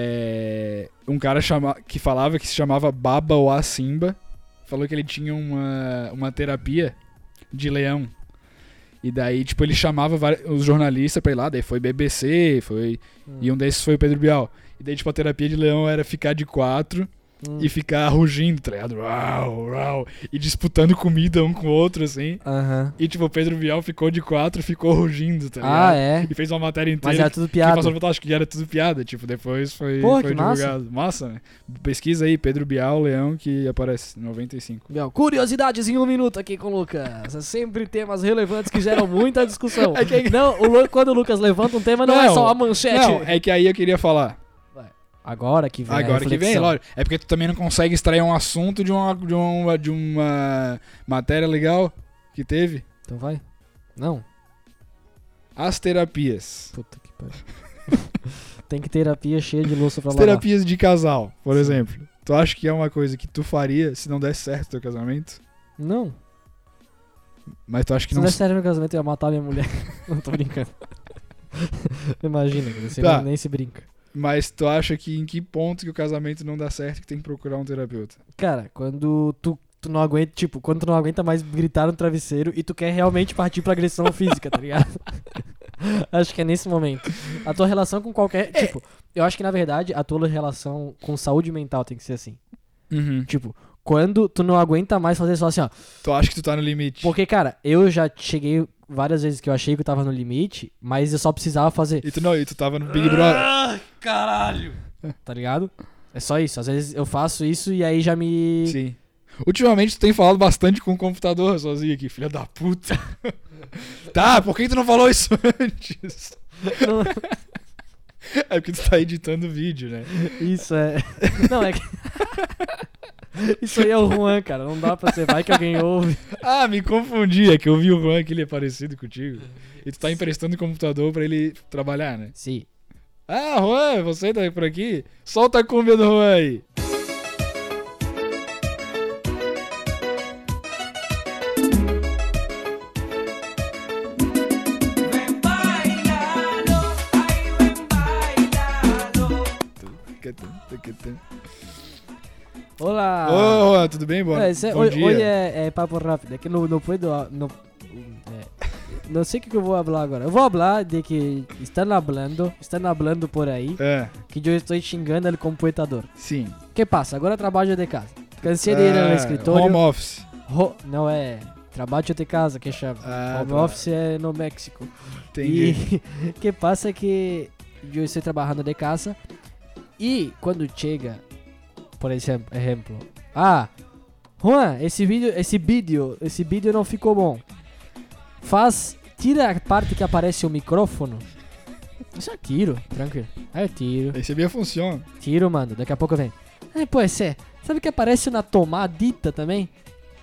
S2: É, um cara chama, que falava que se chamava Baba ou Simba falou que ele tinha uma, uma terapia de leão. E daí, tipo, ele chamava vari- os jornalistas pra ir lá. Daí foi BBC, foi
S1: Hum.
S2: e um desses foi o Pedro Bial. E daí, tipo, a terapia de leão era ficar de quatro
S1: Hum.
S2: e ficar rugindo, tá ligado? Uau, uau. E disputando comida um com o outro, assim.
S1: Aham.
S2: E, tipo, o Pedro Bial ficou de quatro e ficou rugindo, tá ligado?
S1: Ah, é.
S2: E fez uma matéria inteira.
S1: Mas era
S2: que-
S1: tudo
S2: que
S1: piada.
S2: passou no portal, acho que era tudo piada. Tipo, depois foi,
S1: Pô,
S2: foi
S1: que massa.
S2: divulgado. Massa. né? Pesquisa aí, Pedro Bial, leão, que aparece, 95.
S1: Meu, curiosidades em um minuto aqui com o Lucas. É Sempre temas relevantes que geram muita discussão.
S2: É que-
S1: Não, o Lu- quando o Lucas levanta um tema, não, é tipo-
S2: Não,
S1: só a manchete.
S2: Não, é que aí eu queria falar.
S1: Agora que vem. a
S2: Agora que vem,
S1: reflexão.
S2: lógico. É porque tu também não consegue extrair um assunto de uma, de uma, de uma matéria legal que teve.
S1: Então vai. Não.
S2: As terapias.
S1: Puta que pariu. Tem que terapia cheia de louça pra
S2: As
S1: lavar.
S2: terapias de casal, por
S1: Sim.
S2: exemplo. Tu acha que é uma coisa que tu faria se não desse certo teu casamento?
S1: Não.
S2: Mas tu acha que
S1: Se
S2: não.
S1: desse sério no casamento, eu ia matar minha mulher. não tô brincando. Imagina, cara, você
S2: Tá.
S1: nem- nem se brinca.
S2: Mas tu acha que em que ponto que o casamento não dá certo que tem que procurar um terapeuta?
S1: Cara, quando tu, tu não aguenta, tipo, quando tu não aguenta mais gritar no travesseiro e tu quer realmente partir pra agressão física, tá ligado? acho que é nesse momento. A tua relação com qualquer.
S2: É.
S1: Tipo, eu acho que na verdade a tua relação com saúde mental tem que ser assim.
S2: Uhum.
S1: Tipo, quando tu não aguenta mais fazer só assim, ó.
S2: Tu acha que tu tá no limite?
S1: Porque, cara, eu já cheguei várias vezes que eu achei que eu tava no limite, mas eu só precisava fazer.
S2: E tu não, e tu tava no Big Brother.
S1: Tá ligado? É só isso. Às vezes eu faço isso e aí já me.
S2: Sim. Ultimamente tu tem falado bastante com o computador sozinho aqui, filha da puta. tá, por que tu não falou isso antes?
S1: Não-
S2: É porque tu tá editando vídeo, né?
S1: Isso é. Não, é que. Isso aí é o Juan, cara. Não dá pra ser. Vai que alguém ouve.
S2: Ah, me confundi. É que eu vi o Juan que ele é parecido contigo. E tu tá emprestando o computador pra ele trabalhar, né?
S1: Sim.
S2: Ah, Juan, você tá por aqui? Solta a cumbia do Juan aí. Ô,
S1: Olá!
S2: Juan, tudo bem? Boa,
S1: é, isso é-
S2: bom
S1: hoje
S2: dia.
S1: hoje é, é papo rápido. É que não, não puedo. Não, é, não sei o que, que eu vou falar agora. Eu vou falar de que estão falando, estão falando por aí,
S2: É,
S1: que eu estou xingando o computador.
S2: sim.
S1: Que passa? Agora é trabalho de casa. Cansei de ir ao
S2: Ah, Home
S1: escritório.
S2: office.
S1: Ro- não é. Trabalho de casa que chama.
S2: Ah,
S1: Home
S2: tá.
S1: office é no México.
S2: Entendi.
S1: E o que passa é que eu estou trabalhando de casa e quando chega, por exemplo, exemplo, ah, Juan, esse vídeo, esse vídeo, esse vídeo não ficou bom. Faz tira a parte que aparece o micrófono. Eu só tiro, tranquilo. Aí eu tiro,
S2: Esse bem funciona.
S1: tiro, mano. Daqui a pouco vem. Aí, pô, é. Sabe que aparece na tomadita também?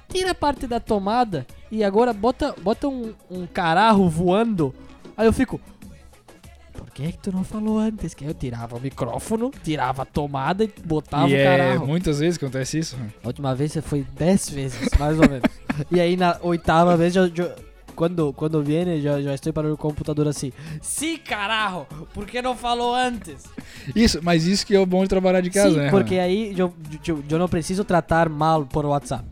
S1: Tira a parte da tomada e agora bota, bota um, um cararro voando. Aí eu fico. Por que, que tu não falou antes? Que aí eu tirava o micrófono, tirava a tomada e botava
S2: e
S1: o
S2: é,
S1: cararro.
S2: muitas vezes acontece isso. mano.
S1: A última vez foi 10 vezes, mais ou menos. e aí na oitava vez, eu, eu- quando, quando viene, já, já estou para o computador assim. Sim, carajo, por que não falou antes?
S2: Isso, mas isso que é o bom de trabalhar de casa,
S1: Sim,
S2: né?
S1: porque aí eu, eu, eu não preciso tratar mal por WhatsApp.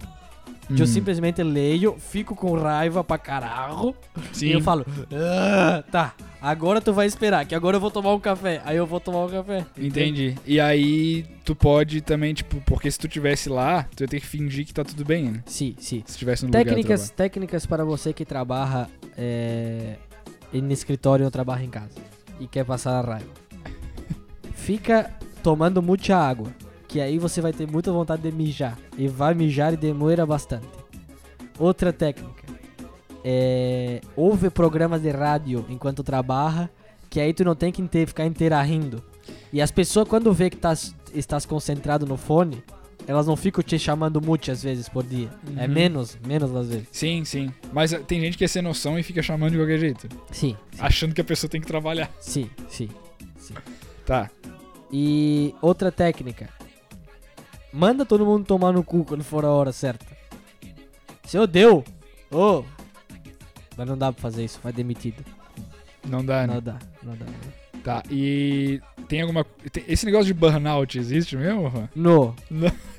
S2: Hum.
S1: Eu simplesmente leio, fico com raiva pra caralho.
S2: Sim.
S1: E eu falo, "Ah, tá, agora tu vai esperar, que agora eu vou tomar um café. Aí eu vou tomar um café.
S2: Entendi. E aí tu pode também, tipo, porque se tu tivesse lá, tu ia ter que fingir que tá tudo bem, né?
S1: Sim, sim.
S2: Se tivesse no lugar
S1: Técnicas,
S2: de
S1: técnicas para você que trabalha é, em escritório ou trabalha em casa e quer passar a raiva. Fica tomando muita água, que aí você vai ter muita vontade de mijar e vai mijar e demora bastante. Outra técnica é ouve programas de rádio enquanto trabalha, que aí tu não tem que inte- ficar inteira rindo. E as pessoas quando vê que tás- estás concentrado no fone, elas não ficam te chamando muitas vezes por dia. É menos, menos às vezes.
S2: Sim, sim. Mas ah, tem gente que é sem noção e fica chamando de qualquer jeito.
S1: Sim,
S2: Achando que a pessoa tem que trabalhar.
S1: sim, sim.
S2: Tá.
S1: E outra técnica. Manda todo mundo tomar no cu quando for a hora certa. Seu deu! Ô! Mas não dá pra fazer isso, vai demitido.
S2: Não dá, né?
S1: Ah, Não dá, não dá.
S2: Tá. E tem alguma. tem- Esse negócio de burnout existe mesmo? Juan?
S1: No,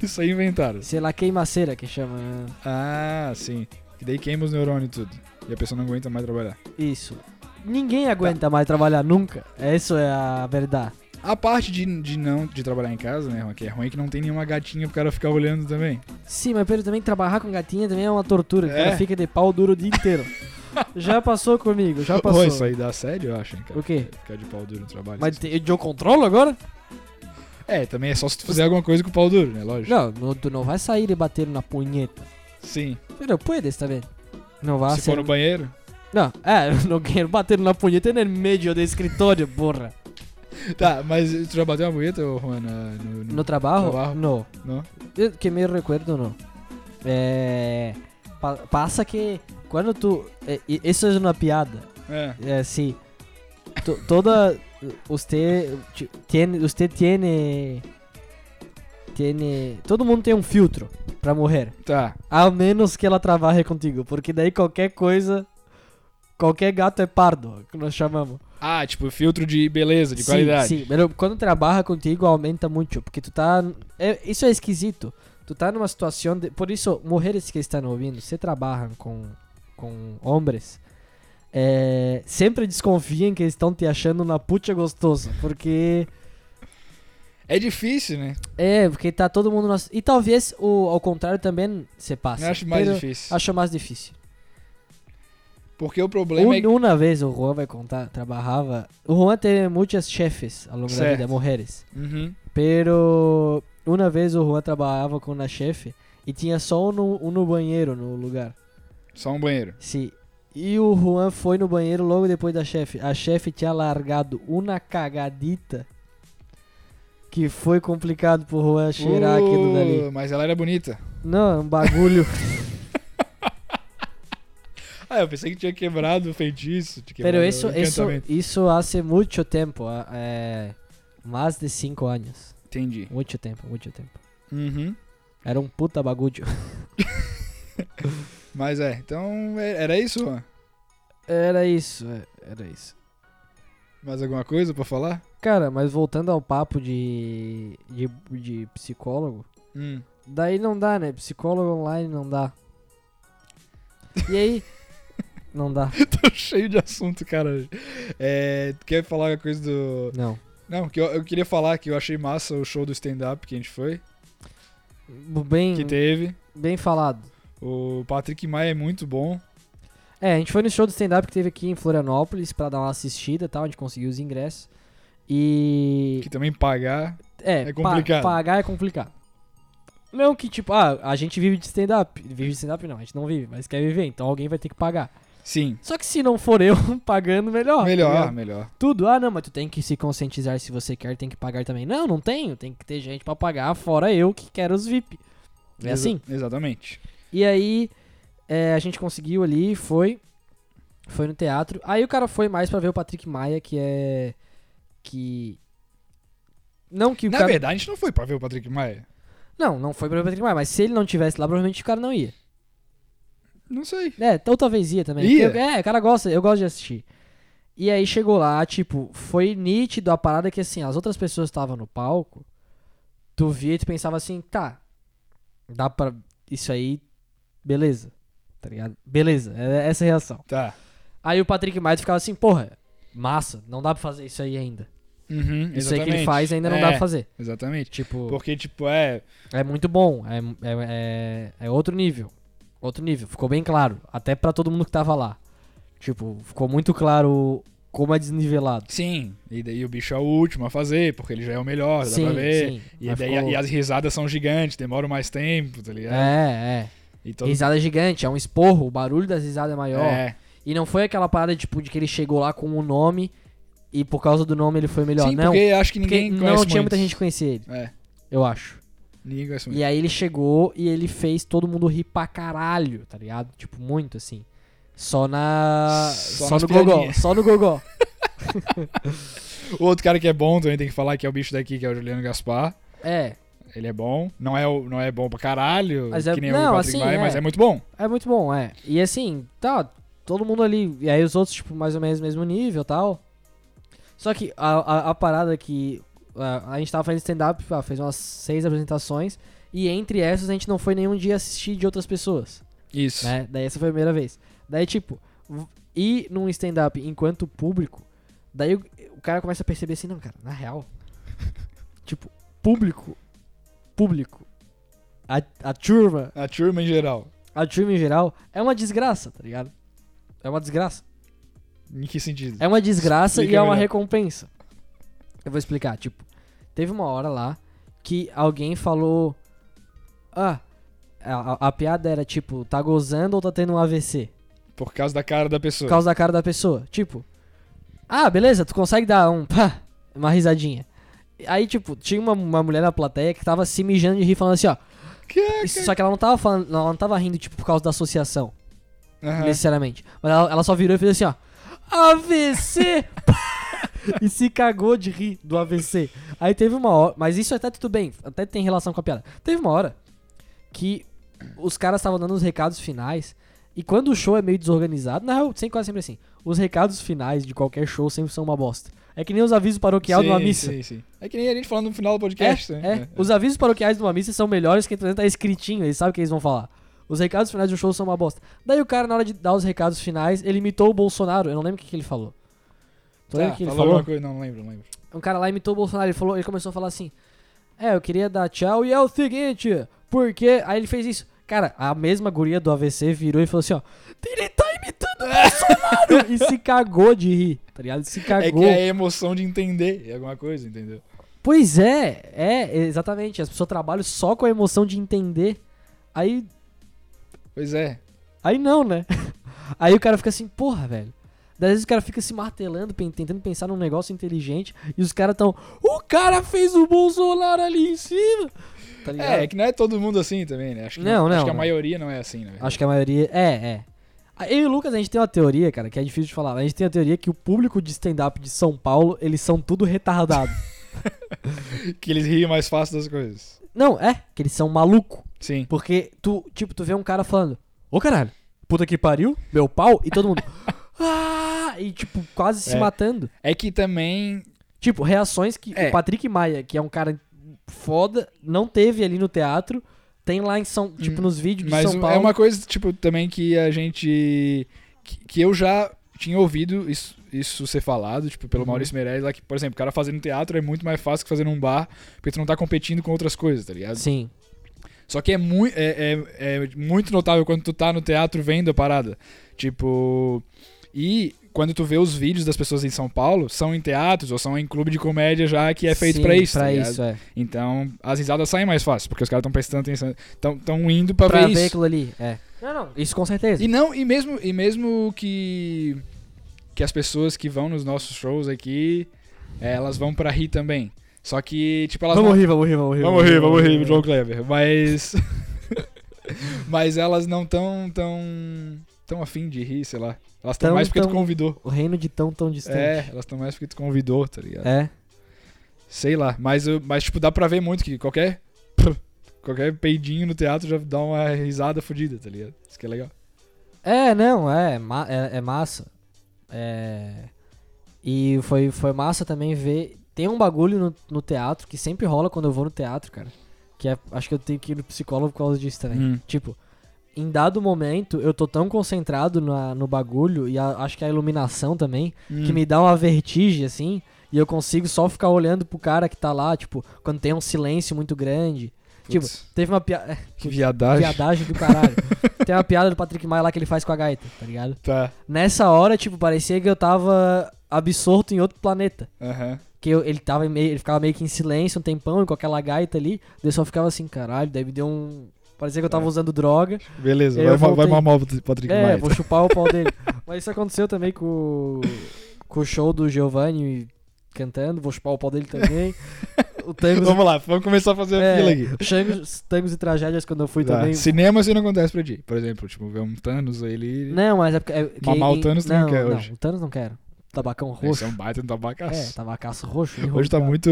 S2: Isso aí inventaram.
S1: sei lá, queimaceira que chama. né?
S2: Ah, sim. Que daí queima os neurônios e tudo. E a pessoa não aguenta mais trabalhar.
S1: Isso. Ninguém aguenta mais trabalhar nunca. Isso é a verdade.
S2: A parte de, de não de trabalhar em casa, né, Juan, que é ruim é que não tem nenhuma gatinha pro cara ficar olhando também.
S1: Sim, mas Pedro, também trabalhar com gatinha também é uma tortura. que O
S2: É?
S1: cara fica de pau duro o dia inteiro. já passou comigo, já passou.
S2: Pô, isso aí dá sério, eu acho, hein, cara.
S1: O quê?
S2: Ficar de pau duro no trabalho.
S1: Mas te- eu controlo agora?
S2: É, também é só se tu fizer alguma coisa com o pau duro, né? Lógico.
S1: Não, não- tu não vai sair e bater na punheta.
S2: Sim.
S1: Pero puedes também. Não vai
S2: se for um-
S1: ser.
S2: no banheiro.
S1: Não, é, eu não quero bater na punheta no meio do escritório, porra.
S2: Tá, mas tu já bateu uma punheta, ô, Juan? na- No, no-
S1: No trabalho?
S2: Trabalho.
S1: Não.
S2: Não?
S1: Eu, que me recuerdo, não. É. pa- passa que quando tu. é, e- isso é uma piada.
S2: É.
S1: É assim. to- toda. Você. ti- Tiene, você tiene. Tiene. Todo mundo tem um filtro pra morrer.
S2: Tá.
S1: A menos que ela trabalhe contigo, porque daí qualquer coisa. Qualquer gato é pardo, que nós chamamos.
S2: Ah, tipo, filtro de beleza, de
S1: sim,
S2: qualidade.
S1: Sim, mas quando trabalha contigo aumenta muito, porque tu tá. é- isso é esquisito. Tu tá numa situação. De, por isso, mulheres que estão ouvindo, se trabalham com, com homens, é, sempre desconfiem que estão te achando na puta gostosa, porque.
S2: É difícil, né?
S1: É, porque tá todo mundo. nas- e talvez o, ao contrário também se passa.
S2: Eu acho mais
S1: Pero
S2: difícil.
S1: Acho mais difícil.
S2: Porque o problema é que.
S1: Um, uma vez o Juan vai contar, trabalhava. O Juan teve muitas chefes ao longo da
S2: Certo.
S1: vida, mulheres.
S2: Uhum.
S1: Pero uma vez o Juan trabalhava com uma chefe e tinha só um no, um no banheiro no lugar.
S2: Só um banheiro.
S1: Sim. E o Juan foi no banheiro logo depois da chefe. A chefe tinha largado uma cagadita que foi complicado pro Juan cheirar aquilo dali.
S2: Uh, Mas ela era bonita.
S1: Não, um bagulho.
S2: Ah, eu pensei que tinha quebrado o feitiço. tinha
S1: Pero
S2: quebrado o
S1: isso, isso,
S2: um encantamento.
S1: isso hace muito tempo, ah, é, mais de cinco anos.
S2: Entendi.
S1: Muito tempo, muito tempo.
S2: Uhum.
S1: Era um puta bagulho.
S2: Mas é, então é- era isso, Juan?
S1: Era isso, é, era isso.
S2: Mais alguma coisa pra falar?
S1: Cara, mas voltando ao papo de, de, de psicólogo,
S2: Hum.
S1: daí não dá, né? Psicólogo online não dá. E aí? não dá,
S2: Tô cheio de assunto, cara. hoje. É, tu quer falar a coisa do.
S1: não.
S2: Não, que eu, eu queria falar que eu achei massa o show do stand-up que a gente foi,
S1: Bem,
S2: que teve.
S1: bem falado.
S2: O Patrick Maia é muito bom.
S1: É, a gente foi no show do stand-up que teve aqui em Florianópolis pra dar uma assistida e tal, a gente conseguiu os ingressos. E.
S2: Que também pagar.
S1: É,
S2: É
S1: pa-
S2: complicado.
S1: pagar é complicado. Não que, tipo, ah, a gente vive de stand-up. Vive de stand-up não, a gente não vive, mas quer viver, então alguém vai ter que pagar.
S2: Sim.
S1: Só que se não for eu pagando, melhor. tá
S2: Melhor,
S1: ligado?
S2: melhor.
S1: Tudo. Ah, não, mas tu tem que se conscientizar se você quer, tem que pagar também. Não, não tenho. Tem que ter gente pra pagar, fora eu que quero os VIP. É
S2: Exa-
S1: assim.
S2: Exatamente.
S1: E aí, é, a gente conseguiu ali, foi. Foi no teatro. Aí o cara foi mais pra ver o Patrick Maia, que é. Que. Não que o
S2: Na
S1: cara.
S2: verdade, a gente não foi pra ver o Patrick Maia.
S1: Não, não foi pra ver o Patrick Maia, mas se ele não tivesse lá, provavelmente o cara não ia.
S2: Não sei.
S1: É, então talvez ia também.
S2: Ia?
S1: Porque eu- é, o cara gosta, eu gosto de assistir. E aí chegou lá, tipo, foi nítido a parada que assim, as outras pessoas estavam no palco, tu via e tu pensava assim, tá, dá pra. Isso aí, beleza. Tá ligado? Beleza, é essa a reação.
S2: Tá.
S1: Aí o Patrick Maia ficava assim, porra, massa, não dá pra fazer isso aí ainda.
S2: Uhum,
S1: Isso aí que ele
S2: exatamente.
S1: faz ainda não dá
S2: É,
S1: pra fazer.
S2: Exatamente.
S1: Tipo,
S2: Porque, tipo, é.
S1: é muito bom, é, é, é, é outro nível. Outro nível, ficou bem claro. Até pra todo mundo que tava lá. Tipo, ficou muito claro como é desnivelado.
S2: Sim. E daí o bicho é o último a fazer, porque ele já é o melhor, dá pra ver. E,
S1: mas
S2: daí,
S1: ficou-
S2: e as risadas são gigantes, demoram mais tempo, tá ligado?
S1: É, é.
S2: E todo...
S1: Risada gigante, é um esporro, o barulho das risadas é maior.
S2: É.
S1: E não foi aquela parada, tipo, de que ele chegou lá com o nome e por causa do nome ele foi melhor.
S2: Sim,
S1: não,
S2: porque acho que ninguém
S1: porque
S2: conhece
S1: não tinha
S2: muito.
S1: muita gente que conhecia ele,
S2: É,
S1: eu acho.
S2: ninguém conhece muito.
S1: E aí ele chegou e ele fez todo mundo rir pra caralho, tá ligado? Tipo, muito assim. Só na.
S2: Só
S1: Só,
S2: nas
S1: no gogó.
S2: piadinhas.
S1: Só no gogó.
S2: O outro cara que é bom também tem que falar que é o bicho daqui, que é o Juliano Gaspar.
S1: É.
S2: Ele é bom. Não é, o- não é bom pra caralho,
S1: Mas é-
S2: que nem
S1: não,
S2: o Patrick
S1: assim,
S2: Maia,
S1: é.
S2: mas é muito bom.
S1: É muito bom, é. E assim, tá. Todo mundo ali. E aí os outros, tipo, mais ou menos mesmo nível e tal. Só que a, a, a parada que. A, a gente tava fazendo stand-up, ah, fez umas seis apresentações. E entre essas a gente não foi nenhum dia assistir de outras pessoas.
S2: Isso.
S1: né? Daí essa foi a primeira vez. Daí, tipo, v- ir num stand-up enquanto público, daí o, o cara começa a perceber assim, não, cara, na real. tipo, público, público, a, a turma,
S2: A turma em geral.
S1: a turma em geral, é uma desgraça, tá ligado? É uma desgraça.
S2: Em que sentido?
S1: É uma desgraça
S2: Explica
S1: e é uma
S2: melhor.
S1: recompensa. Eu vou explicar, tipo, teve uma hora lá que alguém falou. Ah, a, a- a piada era tipo, tá gozando ou tá tendo um AVC?
S2: Por causa da cara da pessoa.
S1: por causa da cara da pessoa. Tipo, ah, beleza, tu consegue dar um pá, uma risadinha. Aí, tipo, tinha uma, uma mulher na plateia que tava se mijando de rir, falando assim, ó.
S2: Que-
S1: isso- só que ela não tava falando, ela não tava rindo, tipo, por causa da associação,
S2: Aham.
S1: necessariamente. Mas ela, ela só virou e fez assim, ó. AVC! pá, e se cagou de rir do AVC. Aí teve uma hora. Mas isso até tudo bem, até tem relação com a piada. Teve uma hora que os caras estavam dando os recados finais. E quando o show é meio desorganizado, na real, sem quase sempre assim. Os recados finais de qualquer show sempre são uma bosta. É que nem os avisos paroquiais de uma
S2: Sim,
S1: missa.
S2: sim, sim. É que nem a gente falando no final do
S1: É,
S2: podcast. né?
S1: é. Os avisos paroquiais de uma missa são melhores que tá escritinho, eles sabem o que eles vão falar. Os recados finais de um show são uma bosta. Daí o cara, na hora de dar os recados finais, ele imitou o Bolsonaro. Eu não lembro o que, que ele falou. Tu lembra o
S2: Tá,
S1: que ele
S2: falou
S1: falou?
S2: alguma coisa? Não, não lembro, não lembro.
S1: Um cara lá imitou o Bolsonaro, ele, falou, ele começou a falar assim: É, eu queria dar tchau e é o seguinte, porque. Aí ele fez isso. Cara, a mesma guria do AVC virou e falou assim: Ó, ele tá imitando o Bolsonaro! e se cagou de rir, tá ligado? Se
S2: É
S1: cagou.
S2: que é a emoção de entender alguma coisa, entendeu?
S1: Pois é, é, exatamente. As pessoas trabalham só com a emoção de entender. Aí,
S2: Pois é.
S1: aí não, né? Aí o cara fica assim: Porra, velho. Daí, Às vezes o cara fica se martelando, pen- tentando pensar num negócio inteligente, e os caras tão. O cara fez o Bolsonaro ali em cima! Tá ligado?
S2: É, é que não é todo mundo assim também, né? Acho que,
S1: Não, não,
S2: acho que a
S1: não.
S2: maioria não é assim, né? velho?
S1: Acho que a maioria. É, é. Ah, Eu e o Lucas, a gente tem uma teoria, cara, que é difícil de falar. mas A gente tem a teoria que o público de stand-up de São Paulo, eles são tudo retardado.
S2: Que eles riem mais fácil das coisas.
S1: Não, é, que eles são maluco.
S2: Sim.
S1: Porque tu, tipo, tu vê um cara falando, ô caralho, puta que pariu, meu pau, e todo mundo. ah! E, tipo, quase se
S2: É.
S1: matando.
S2: É que também.
S1: Tipo, reações que
S2: É.
S1: o Patrick Maia, que é um cara foda, não teve ali no teatro, tem lá em São. Tipo, nos vídeos de
S2: Mas
S1: São
S2: o- é
S1: Paulo.
S2: uma coisa, tipo, também que a gente. Que, que eu já tinha ouvido isso, isso ser falado, tipo, pelo
S1: Uhum.
S2: Maurício Meirelles, lá que, por exemplo, o cara fazendo teatro é muito mais fácil que fazer num bar, porque tu não tá competindo com outras coisas, tá ligado?
S1: Sim.
S2: Só que é, mui- é- é- é muito notável quando tu tá no teatro vendo a parada. Tipo. E quando tu vê os vídeos das pessoas em São Paulo, são em teatros ou são em clube de comédia já que é feito
S1: Sim,
S2: pra isso. tá
S1: Pra
S2: ligado?
S1: isso, é.
S2: Então, as risadas saem mais fácil, porque os caras estão prestando atenção, estão indo pra,
S1: Pra
S2: ver
S1: ver
S2: isso.
S1: aquilo ali. É. Não, não. Isso com certeza.
S2: E não, e mesmo, e mesmo que que as pessoas que vão nos nossos shows aqui, eh, elas vão pra rir também. Só que, tipo, elas não...
S1: rir, vamos rir, vamos rir.
S2: Vamos rir, vamos rir, João Kleber. Mas mas elas não tão tão tão afim de rir, sei lá. Elas estão
S1: Tão-
S2: mais porque tu
S1: tão
S2: convidou.
S1: O reino de tão, tão distante.
S2: É, elas estão mais porque tu convidou, tá ligado?
S1: É.
S2: Sei lá, mas eu- mas tipo dá pra ver muito que qualquer qualquer peidinho no teatro já dá uma risada fodida, tá ligado? Isso que é legal.
S1: É, não, é, ma- é, é massa. É, E foi, foi massa também ver. Tem um bagulho no, no teatro que sempre rola quando eu vou no teatro, cara. Que é, acho que eu tenho que ir no psicólogo por causa disso também.
S2: Hum.
S1: Tipo, em dado momento eu tô tão concentrado na- no bagulho e a- acho que a iluminação também,
S2: Hum.
S1: que me dá uma vertigem assim. E eu consigo só ficar olhando pro cara que tá lá, tipo, quando tem um silêncio muito grande. Tipo,
S2: Hum, Putz,
S1: teve uma piada.
S2: que viadagem.
S1: Viadagem do caralho. Tem uma piada do Patrick Maia lá que ele faz com a gaita, tá ligado?
S2: Tá.
S1: Nessa hora, tipo, parecia que eu tava absorto em outro planeta.
S2: Aham.
S1: Que eu- ele, tava meio, ele ficava meio que em silêncio um tempão e com aquela gaita ali. Daí eu só ficava assim, caralho. Daí me deu um. Parecia que eu tava
S2: É.
S1: usando droga.
S2: Beleza,
S1: Eu
S2: vai, ma-
S1: voltei.
S2: vai mamar o Patrick
S1: é,
S2: Maia.
S1: vou chupar o pau dele. Mas isso aconteceu também com, o- com o show do Giovanni cantando. Vou chupar o pau dele também. O Tangos.
S2: Vamos lá, vamos começar a fazer a
S1: É,
S2: fila aqui.
S1: Tangos, tangos e tragédias quando eu fui
S2: Tá.
S1: também.
S2: Cinema assim não acontece pra ti. Por exemplo, tipo, ver um Thanos aí, ele.
S1: Não, mas é porque. É, que
S2: Mamar o
S1: em-
S2: Thanos tu não
S1: não
S2: quer
S1: não,
S2: hoje.
S1: o Thanos não quero. Tabacão
S2: Esse
S1: roxo.
S2: é um baita no
S1: É,
S2: tabacaço.
S1: tabacaço roxo.
S2: Hoje tá
S1: enrugado.
S2: muito,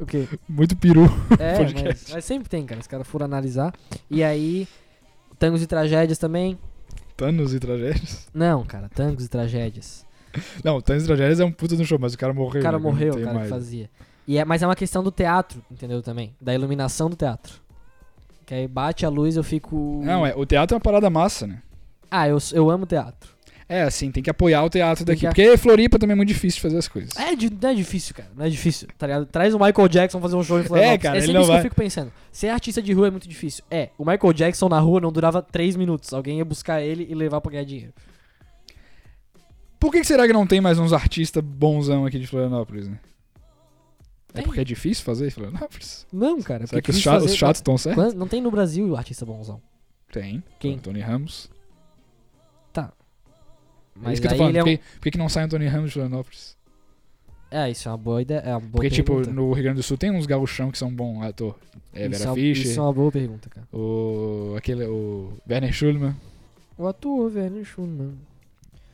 S1: O quê?
S2: muito peru.
S1: É,
S2: podcast.
S1: mas, mas sempre tem, cara. Os caras foram analisar. E aí, Tangos e Tragédias também.
S2: Thanos e tragédias.
S1: Não, cara, Tangos e Tragédias.
S2: Não, Thanos e tragédias é um puta no show, mas o cara morreu.
S1: O cara
S2: né? Não
S1: morreu,
S2: tem
S1: o cara que
S2: mais.
S1: fazia. E é, mas é uma questão do teatro, entendeu também? Da iluminação do teatro. Que aí bate a luz eu fico.
S2: Não, é, o teatro é uma parada massa, né?
S1: Ah, eu, eu amo teatro.
S2: É, assim, tem que apoiar o teatro
S1: Tem
S2: daqui.
S1: que a-
S2: Porque Floripa também é muito difícil de fazer as coisas.
S1: É, di- não é difícil, cara. Não é difícil, tá ligado? Traz o Michael Jackson fazer um show em Florianópolis.
S2: cara,
S1: é
S2: ele
S1: sempre
S2: não
S1: isso
S2: vai.
S1: que eu fico pensando. Ser artista de rua é muito difícil. É, o Michael Jackson na rua não durava 3 minutos. Alguém ia buscar ele e levar pra ganhar dinheiro.
S2: Por que, que será que não tem mais uns artistas bonzão aqui de Florianópolis, né? É
S1: Tem.
S2: porque é difícil fazer em Florianópolis?
S1: Não, cara. é
S2: Será
S1: porque
S2: que os
S1: quis
S2: cha- os
S1: fazer- né?
S2: chatos estão certos?
S1: Quando- Não tem no Brasil artista bonzão.
S2: Tem.
S1: Quem?
S2: Tony Ramos. é
S1: Mas
S2: isso que eu tô
S1: aí
S2: falando.
S1: ele é, um-
S2: Por, que, por que que não sai Antônio Ramos de Florianópolis?
S1: é, isso é uma boa ideia. É uma boa
S2: Porque, tipo,
S1: pergunta.
S2: no Rio Grande do Sul tem uns gauchão que são bons ator. É,
S1: isso, é
S2: Vera
S1: uma-
S2: Fischer,
S1: isso é uma boa pergunta, cara.
S2: o, aquele, o Werner Schulman.
S1: O ator, velho, Schumann.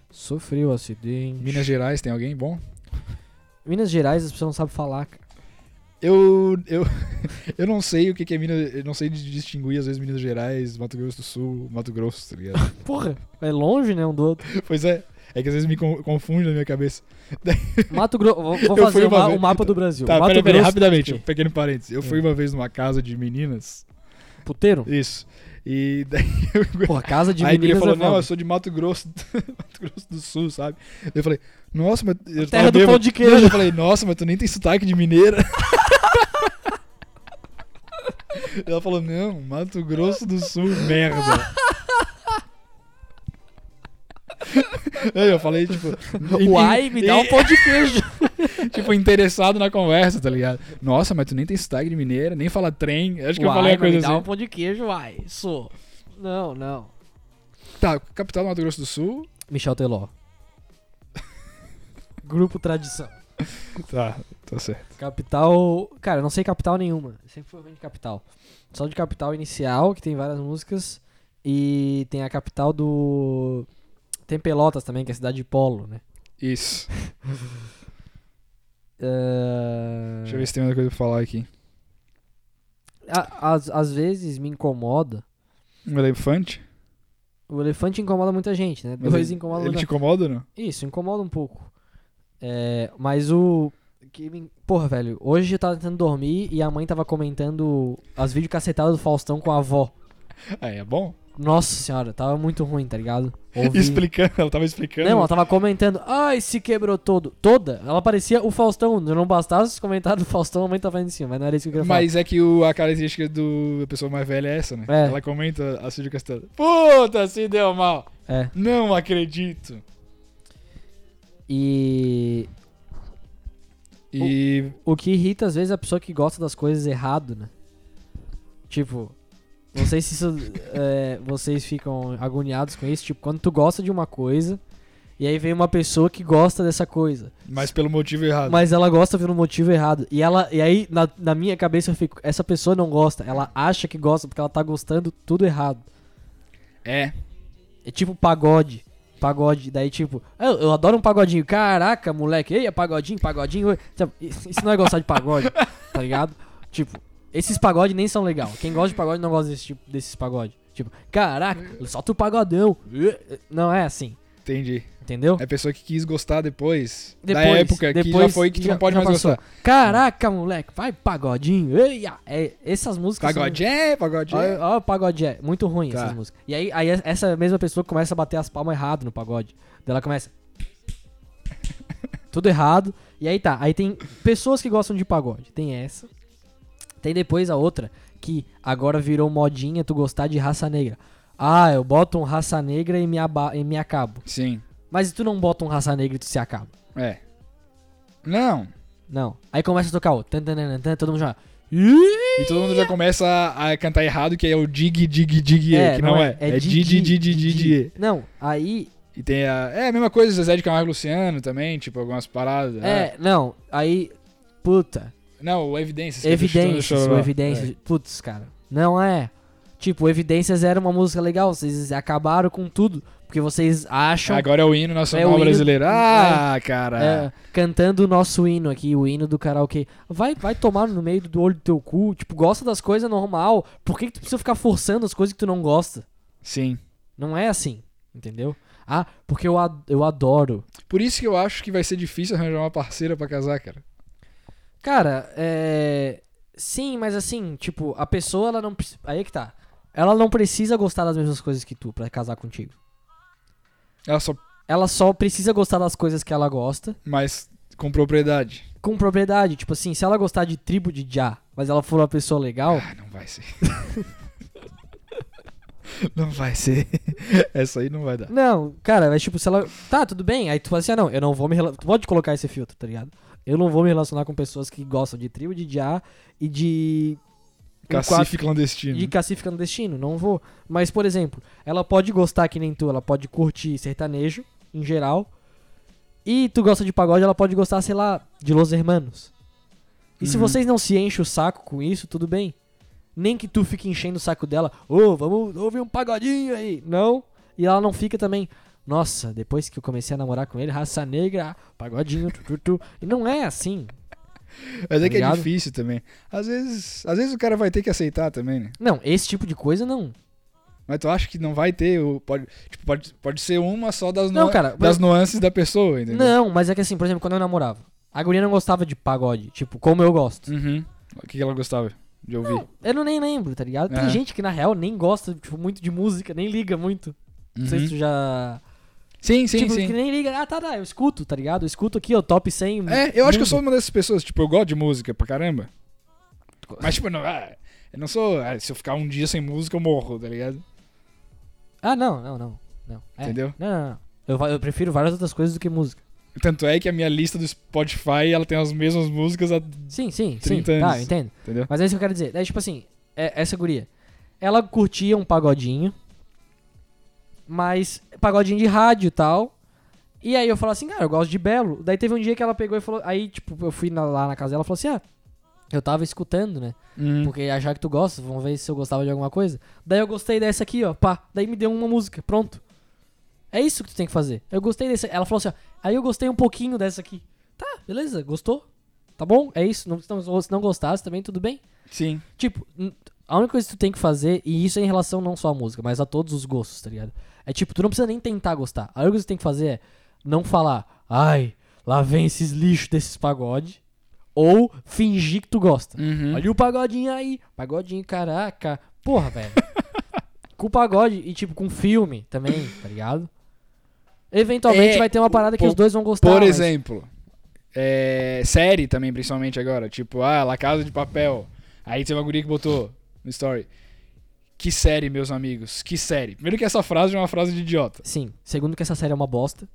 S1: Sofreu acidente.
S2: Minas Gerais tem alguém bom?
S1: Minas Gerais, as pessoas não sabem falar, cara.
S2: Eu, eu, eu não sei o que, que é Minas... Eu não sei de- distinguir, às vezes, Minas Gerais, Mato Grosso do Sul, Mato Grosso, tá ligado?
S1: Porra, é longe, né, um do outro.
S2: pois é. É que às vezes me con- confunde na minha cabeça.
S1: Mato Grosso. Vou, vou
S2: Eu
S1: fazer
S2: fui
S1: o, ma-
S2: uma vez.
S1: o mapa do Brasil.
S2: Tá,
S1: Mato
S2: peraí, peraí,
S1: Grosso- tipo,
S2: rapidamente, um
S1: Ok.
S2: pequeno parênteses. Eu fui uma vez numa casa de meninas.
S1: Puteiro?
S2: Isso. E daí eu
S1: Porra, casa de
S2: aí a guria
S1: meninas
S2: falou,
S1: é
S2: não,
S1: foda.
S2: eu sou de Mato Grosso, Mato Grosso do Sul, sabe? Eu falei, nossa, mas... Eu
S1: Terra
S2: tava
S1: do
S2: bêbado.
S1: pão de queijo.
S2: Eu falei, nossa, mas tu nem tem sotaque de mineira. Ela falou, não, Mato Grosso do Sul, merda. Aí eu falei, tipo... in- in-
S1: Uai, me dá um pão de queijo.
S2: Tipo, interessado na conversa, tá ligado? Nossa, mas tu nem tem sotaque de mineira, nem fala trem. Acho que eu
S1: Uai,
S2: falei uma coisa
S1: me dá
S2: assim.
S1: um pão de queijo, uai. Sou. Não, não.
S2: Tá, capital do Mato Grosso do Sul.
S1: Michel Teló. Grupo Tradição.
S2: Tá, tá certo.
S1: Capital. Cara, eu não sei capital nenhuma. Eu Sempre fui ruim de capital. Só de capital inicial, que tem várias músicas. E tem a capital do. Tem Pelotas também, que é a cidade de Polo, né?
S2: Isso.
S1: Ah,
S2: Deixa eu ver se tem outra coisa pra falar aqui.
S1: a- às- às vezes me incomoda.
S2: Um elefante?
S1: O elefante incomoda muita gente, né?
S2: Mas
S1: Dois
S2: ele-
S1: incomodam
S2: Ele
S1: muita
S2: te incomoda ou não?
S1: Isso, incomoda um pouco. É, mas o. Que me... Porra, velho, hoje eu tava tentando dormir e a mãe tava comentando as vídeo cacetadas do Faustão com a avó.
S2: Ah, é bom?
S1: Nossa senhora, tava muito ruim, tá ligado? Ouvi-
S2: Explicando, ela tava explicando.
S1: Não, ela tava comentando. Ai, se quebrou todo. Toda. Ela parecia o Faustão. Não bastasse os comentários do Faustão, a mãe tava indo em cima, mas não era isso que eu queria falar.
S2: Mas é que o, a característica do, da pessoa mais velha é essa, né?
S1: É.
S2: Ela comenta a Cid Castelo. Puta, se deu mal.
S1: É.
S2: Não acredito.
S1: E
S2: E
S1: o que irrita às vezes é a pessoa que gosta das coisas errado, né? Tipo, não sei se isso, é, vocês ficam agoniados com isso. Tipo, quando tu gosta de uma coisa e aí vem uma pessoa que gosta dessa coisa.
S2: mas pelo motivo errado.
S1: Mas ela gosta pelo motivo errado. E ela e aí, na, na minha cabeça, eu fico, essa pessoa não gosta. Ela acha que gosta porque ela tá gostando tudo errado.
S2: É.
S1: É tipo pagode. Pagode. Daí, tipo, "Ah, eu, eu adoro um pagodinho. Caraca, moleque. Ei, é pagodinho, pagodinho. oi." Sabe, Isso isso não é gostar de pagode, tá ligado? Tipo, esses pagodes nem são legal. Quem gosta de pagode não gosta desse tipo, desses pagode. Tipo, caraca, solta o pagodão. Eh, Não é assim,
S2: Entendi.
S1: entendeu?
S2: É a pessoa que quis gostar depois, da
S1: Depois,
S2: época, que já
S1: depois
S2: foi que tu
S1: já-
S2: não pode
S1: já
S2: mais
S1: passou.
S2: gostar.
S1: Caraca, moleque, vai pagodinho. Eia. É, essas músicas. são-
S2: Pagode é, pagode é.
S1: Olha, olha o pagode é. Muito ruim
S2: Tá.
S1: essas músicas. E aí, aí é, essa mesma pessoa começa a bater as palmas errado no pagode. Daí ela começa. Tudo errado. E aí tá. Aí tem pessoas que gostam de pagode. Tem essa. Tem depois a outra que agora virou modinha tu gostar de raça negra. Ah, eu boto um raça negra e me, aba e me acabo.
S2: Sim.
S1: Mas e tu não bota um raça negra e tu se acaba?
S2: É. Não.
S1: Não. Aí começa a tocar o. tan, tan, tan, tan, Todo mundo já. Ih!
S2: E todo mundo já começa a, a cantar errado, que é o dig, dig, dig, é, que não, é. É di, di, di, di, di, di.
S1: Não, aí
S2: E tem a... É a mesma coisa, Zezé de Camargo e Luciano também, tipo, algumas paradas.
S1: É, não, aí. Puta.
S2: Ah, Não, o Evidências. que é do
S1: Evidências,
S2: Chororó.
S1: o Evidências. Putz, cara. Não é. Tipo, Evidências era uma música legal, vocês acabaram com tudo. Porque vocês acham.
S2: Agora é o hino
S1: É o
S2: nacional
S1: hino-
S2: brasileiro. Ah, cara.
S1: é, cantando o nosso hino aqui, o hino do karaokê. Vai, vai tomar no meio do olho do teu cu. Tipo, gosta das coisas normal. Por que, que tu precisa ficar forçando as coisas que tu não gosta?
S2: Sim.
S1: Não é assim, entendeu? Ah, porque eu, ad- eu adoro.
S2: Por isso que eu acho que vai ser difícil arranjar uma parceira pra casar, cara.
S1: Cara, é. Sim, mas assim, tipo, a pessoa, ela não. preci- Aí que tá. Ela não precisa gostar das mesmas coisas que tu pra casar contigo.
S2: Ela só
S1: Ela só precisa gostar das coisas que ela gosta
S2: mas com propriedade.
S1: com propriedade. Tipo assim, se ela gostar de tribo de já, mas ela for uma pessoa legal,
S2: Ah, não vai ser. não vai ser. Essa aí não vai dar.
S1: Não, cara, mas tipo, se ela. Tá, tudo bem. Aí tu fala assim, ah, não, eu não vou me relacionar. Tu pode colocar esse filtro, tá ligado? Eu não vou me relacionar com pessoas que gostam de trio, de já e de. Um
S2: Cacife
S1: E
S2: clandestino.
S1: de cacife clandestino, não vou. Mas, por exemplo, ela pode gostar que nem tu, ela pode curtir sertanejo, em geral. E tu gosta de pagode, ela pode gostar, sei lá, de Los Hermanos. E se
S2: Uhum.
S1: vocês não se enchem o saco com isso, tudo bem. Nem que tu fique enchendo o saco dela, ô, vamos ouvir um pagodinho aí. Não. E ela não fica também, nossa, depois que eu comecei a namorar com ele, raça negra, pagodinho, tu, tu, tu. E não é assim.
S2: Mas é
S1: tá
S2: que é
S1: ligado?
S2: difícil também. Às vezes, às vezes o cara vai ter que aceitar também, né?
S1: Não, esse tipo de coisa não.
S2: Mas tu acha que não vai ter o pode, tipo, pode, pode ser uma só das,
S1: Não,
S2: nua-
S1: cara,
S2: das nuances da pessoa, entendeu?
S1: Não, mas é que assim, por exemplo, quando eu namorava, a guria não gostava de pagode, tipo, como eu gosto.
S2: Uhum. O que que ela gostava de ouvir?
S1: Eu não nem lembro, tá ligado? Tem
S2: Aham.
S1: gente que, na real, nem gosta, tipo, muito de música, nem liga muito. Não sei
S2: Uhum.
S1: se tu já...
S2: Sim, sim,
S1: tipo,
S2: sim.
S1: que nem liga, ah, tá, tá, eu escuto, tá ligado? Eu escuto aqui, ó, top 100.
S2: É, eu acho que eu
S1: mundo.
S2: sou uma dessas pessoas, tipo, eu gosto de música pra caramba. Mas, tipo, não, ah, eu não sou. ah, se eu ficar um dia sem música, eu morro, tá ligado?
S1: Ah, não, não, não. não. É.
S2: Entendeu?
S1: Não, não, não. Eu, va- eu prefiro várias outras coisas do que música.
S2: Tanto é que a minha lista do Spotify, ela tem as mesmas músicas, a-
S1: Sim, sim, sim.
S2: 30 anos.
S1: Tá, eu entendo.
S2: entendeu?
S1: Mas é isso que eu quero dizer. Daí, tipo assim, é- essa guria. Ela curtia um pagodinho. Mas. Pagodinho de rádio e tal. E aí eu falo assim, cara, eu gosto de Belo. Daí teve um dia que ela pegou e falou. Aí, tipo, eu fui na- lá na casa dela e falou assim, ah. Eu tava escutando, né?
S2: Uhum.
S1: Porque achar que tu gosta, vamos ver se eu gostava de alguma coisa. Daí eu gostei dessa aqui, ó, pá. Daí me deu uma música, pronto. É isso que tu tem que fazer. Eu gostei dessa. Ela falou assim, ó, aí eu gostei um pouquinho dessa aqui. Tá, beleza, gostou? Tá bom? É isso. Não, se não gostasse também, tudo bem.
S2: Sim.
S1: Tipo, n- a única coisa que tu tem que fazer, e isso é em relação não só à música, mas a todos os gostos, tá ligado? É tipo, tu não precisa nem tentar gostar. A única coisa que tu tem que fazer é não falar, ai, lá vem esses lixos desses pagode. Ou fingir que tu gosta.
S2: Uhum.
S1: Olha o pagodinho aí. Pagodinho, caraca. Porra, velho. com pagode e, tipo, com filme também, tá ligado? Eventualmente
S2: É,
S1: vai ter uma parada que
S2: por-
S1: os dois vão gostar.
S2: Por
S1: mas-
S2: exemplo, é, série também, principalmente agora. Tipo, ah, La Casa de Papel. Aí tem uma guria que botou no story. Que série, meus amigos, que série. Primeiro que essa frase é uma frase de idiota.
S1: Sim. Segundo que essa série é uma bosta.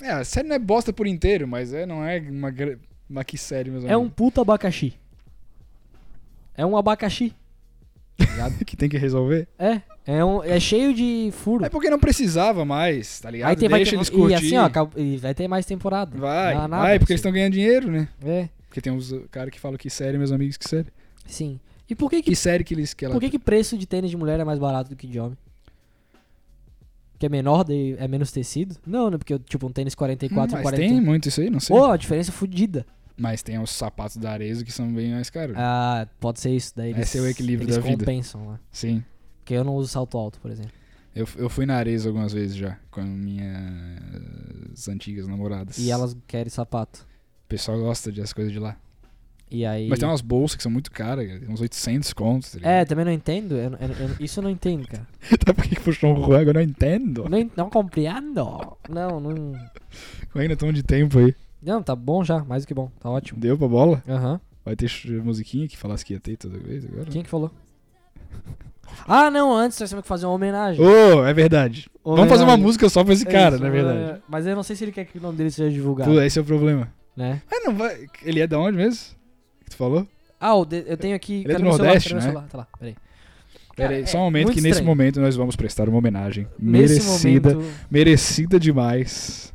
S2: É, a série não é bosta por inteiro, mas é, não é uma, gra- uma que série, meus
S4: É um
S2: amigos.
S4: puta abacaxi. É um abacaxi.
S2: que tem que resolver.
S4: É. É, um, é cheio de furo.
S2: É porque não precisava mais, tá ligado?
S4: Aí tem, vai
S2: Deixa
S4: ter,
S2: eles
S4: e
S2: curtir.
S4: assim, ó, acabou- e vai ter mais temporada.
S2: Vai,
S4: Não há nada
S2: vai, porque eles
S4: disso.
S2: estão ganhando dinheiro, né?
S4: É,
S2: Porque tem uns caras que falam que série, meus amigos, que série.
S4: sim. E por que que,
S2: Que série que eles que ela
S4: por que que preço de tênis de mulher é mais barato do que de homem? Que é menor, daí é menos tecido? Não, né? Porque, tipo, um tênis 44
S2: Hum, Mas
S4: e
S2: tem
S4: 41.
S2: muito isso aí, não sei.
S4: Pô, a diferença é fodida.
S2: Mas tem os sapatos da Arezzo que são bem mais caros.
S4: Ah, pode ser isso. Daí eles,
S2: É. Esse é o equilíbrio
S4: eles
S2: da vida.
S4: compensam, né?
S2: Sim.
S4: Porque eu não uso salto alto, por exemplo.
S2: Eu, eu fui na Arezzo algumas vezes já, com minhas antigas namoradas.
S4: E elas querem sapato.
S2: O pessoal gosta de as coisas de lá.
S4: E aí...
S2: Mas tem umas bolsas que são muito caras, cara. Tem uns 800 contos. Tá
S4: É,
S2: ligado?
S4: também não entendo. eu- eu- eu- isso eu não entendo, cara.
S2: Tá porque que puxou um ruego, eu não entendo.
S4: Não, en- não compreendo. Não, não...
S2: Ainda estamos um de tempo aí.
S4: Não, tá bom já. Mais do que bom. Tá ótimo.
S2: Deu pra bola?
S4: Aham.
S2: Vai ter ch- musiquinha que falasse que ia ter toda vez agora?
S4: Quem que falou? Ah, não, antes nós temos que fazer uma homenagem.
S2: Ô, é verdade. Vamos fazer uma
S4: Homenagem.
S2: música só pra esse cara,
S4: Isso,
S2: na verdade.
S4: é, Mas eu não sei se ele quer que o nome dele seja divulgado,
S2: Pô, esse é o problema.
S4: né?
S2: Ah, não vai. Ele é da onde mesmo? Que tu falou?
S4: Ah, o de- eu tenho aqui...
S2: Ele é
S4: cadê
S2: do
S4: meu
S2: Nordeste,
S4: celular? Cadê meu
S2: né?
S4: celular? Tá lá, peraí.
S2: Pera aí,
S4: É,
S2: só um momento
S4: muito
S2: que nesse
S4: estranho.
S2: momento nós vamos prestar uma homenagem.
S4: Nesse
S2: merecida.
S4: momento,
S2: Merecida demais.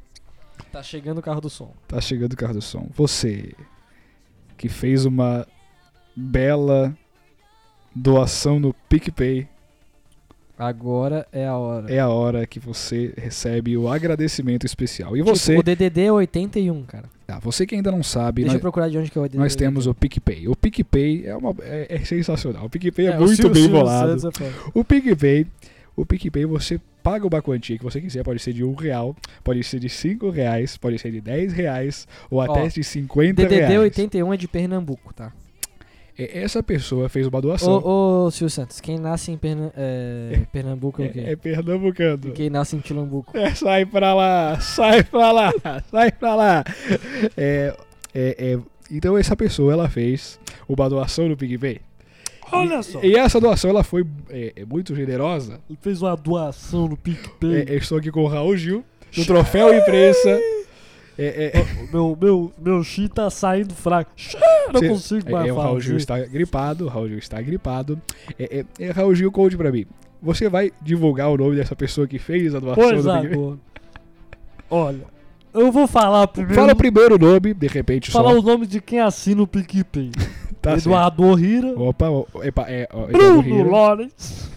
S4: tá chegando o carro do som.
S2: Tá chegando o carro do som. Você que fez uma bela doação no PicPay,
S4: Agora é a hora.
S2: é a hora que você recebe o agradecimento especial. E
S4: Tipo,
S2: você,
S4: o DDD é 81, cara.
S2: ah, você que ainda não sabe,
S4: Deixa
S2: nós,
S4: eu procurar de onde que é o DDD.
S2: nós temos o PicPay. O PicPay é, uma, é, é sensacional. O PicPay é,
S4: o
S2: muito
S4: Silvio-
S2: bem
S4: Silvio
S2: bolado.
S4: Santos é foda.
S2: O PicPay, o PicPay você paga uma quantia que você quiser, pode ser de um real, pode ser de cinco reais, pode ser de 10 reais ou até de 50
S4: DDD
S2: reais.
S4: 81 é de Pernambuco, tá?
S2: É, Essa pessoa fez uma doação.
S4: Ô, ô, Silvio Santos, quem nasce em Perna- é, Pernambuco é o quê?
S2: é, é pernambucano.
S4: E quem nasce em Tilambuco.
S2: É, sai pra lá, sai pra lá, sai pra lá. É, é, é, então essa pessoa, ela fez uma doação no PicPay.
S4: Olha só,
S2: E essa doação, ela foi é, é muito generosa.
S4: ele fez uma doação no PicPay.
S2: É, eu estou aqui com o Raul Gil, do Troféu Imprensa. É, é,
S4: Meu, meu, meu chi tá saindo fraco. Não
S2: Cê-
S4: consigo mais
S2: É, é, o Raul Gil está gripado, o Raul Gil está gripado. É, é, é, Raul Gil, conte pra mim. Você vai divulgar o nome dessa pessoa que fez a doação
S4: Pois é.
S2: do PicPay?
S4: agora. Olha, eu vou falar primeiro.
S2: Fala primeiro o nome, de repente
S4: falar
S2: só.
S4: o nome de quem assina o PicPay.
S2: Tá certo.
S4: Eduardo Rira,
S2: Opa, o- epa, é, ó, Eduardo
S4: Bruno
S2: Rira.
S4: Lawrence,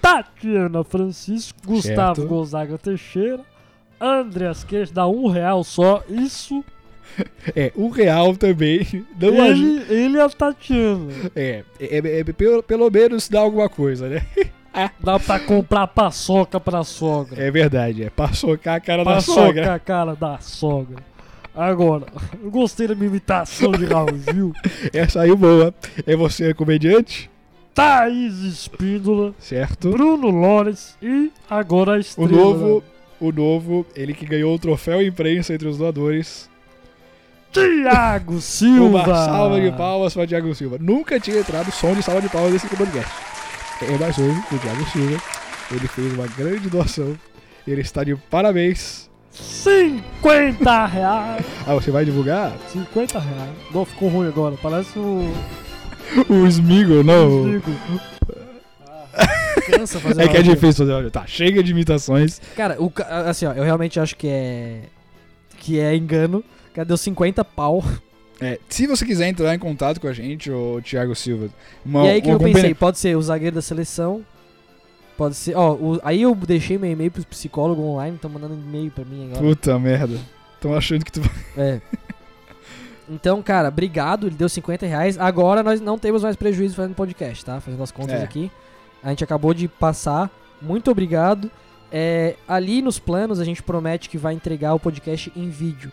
S4: Tatiana Francisco, Gustavo
S2: Certo.
S4: Gonzaga Teixeira, Andreas Queijo, dá um real só, isso.
S2: É, um real também. Não ajuda.
S4: Ele, ele e a Tatiana.
S2: É, é, é, é, pelo, pelo menos dá alguma coisa, né?
S4: Dá pra comprar paçoca pra sogra.
S2: É verdade, é pra socar a cara da
S4: Paçoca, é
S2: sogra.
S4: a cara da sogra. Agora, eu gostei da minha imitação de Raul Gil.
S2: Essa aí boa. É você comediante,
S4: Thaís Espíndola,
S2: certo?
S4: Bruno Lores e agora a
S2: O
S4: estrela.
S2: novo,
S4: né?
S2: o novo, ele que ganhou o troféu imprensa entre os doadores.
S4: Tiago Silva.
S2: Uma salva de palmas para Thiago Silva. Nunca tinha entrado som de salva de palmas nesse podcast. É mais hoje o Thiago Silva. Ele fez uma grande doação. Ele está de parabéns.
S4: 50 reais.
S2: Ah, você vai divulgar
S4: 50 reais. Não, ficou ruim agora. Parece o.
S2: o Smigo, não?
S4: Digo,
S1: Cansa fazer
S2: É que é
S1: uma-
S2: difícil fazer áudio. Tá, chega de imitações.
S1: Cara, o ca- assim, ó, eu realmente acho que é. Que é engano. Cara, deu 50 pau.
S2: É, se você quiser entrar em contato com a gente, o Thiago Silva, uma,
S1: e aí que
S2: uma
S1: eu pensei,
S2: compen-
S1: pode ser o zagueiro da seleção. Pode ser. Ó, o- aí eu deixei meu e-mail pro psicólogo online, estão mandando e-mail pra mim agora.
S2: Puta merda. Estão achando que tu vai.
S1: É. Então, cara, obrigado. Ele deu 50 reais. Agora nós não temos mais prejuízo fazendo podcast, tá? Fazendo as contas
S2: É.
S1: aqui. A gente acabou de passar. Muito obrigado. É, ali nos planos a gente promete que vai entregar o podcast em vídeo.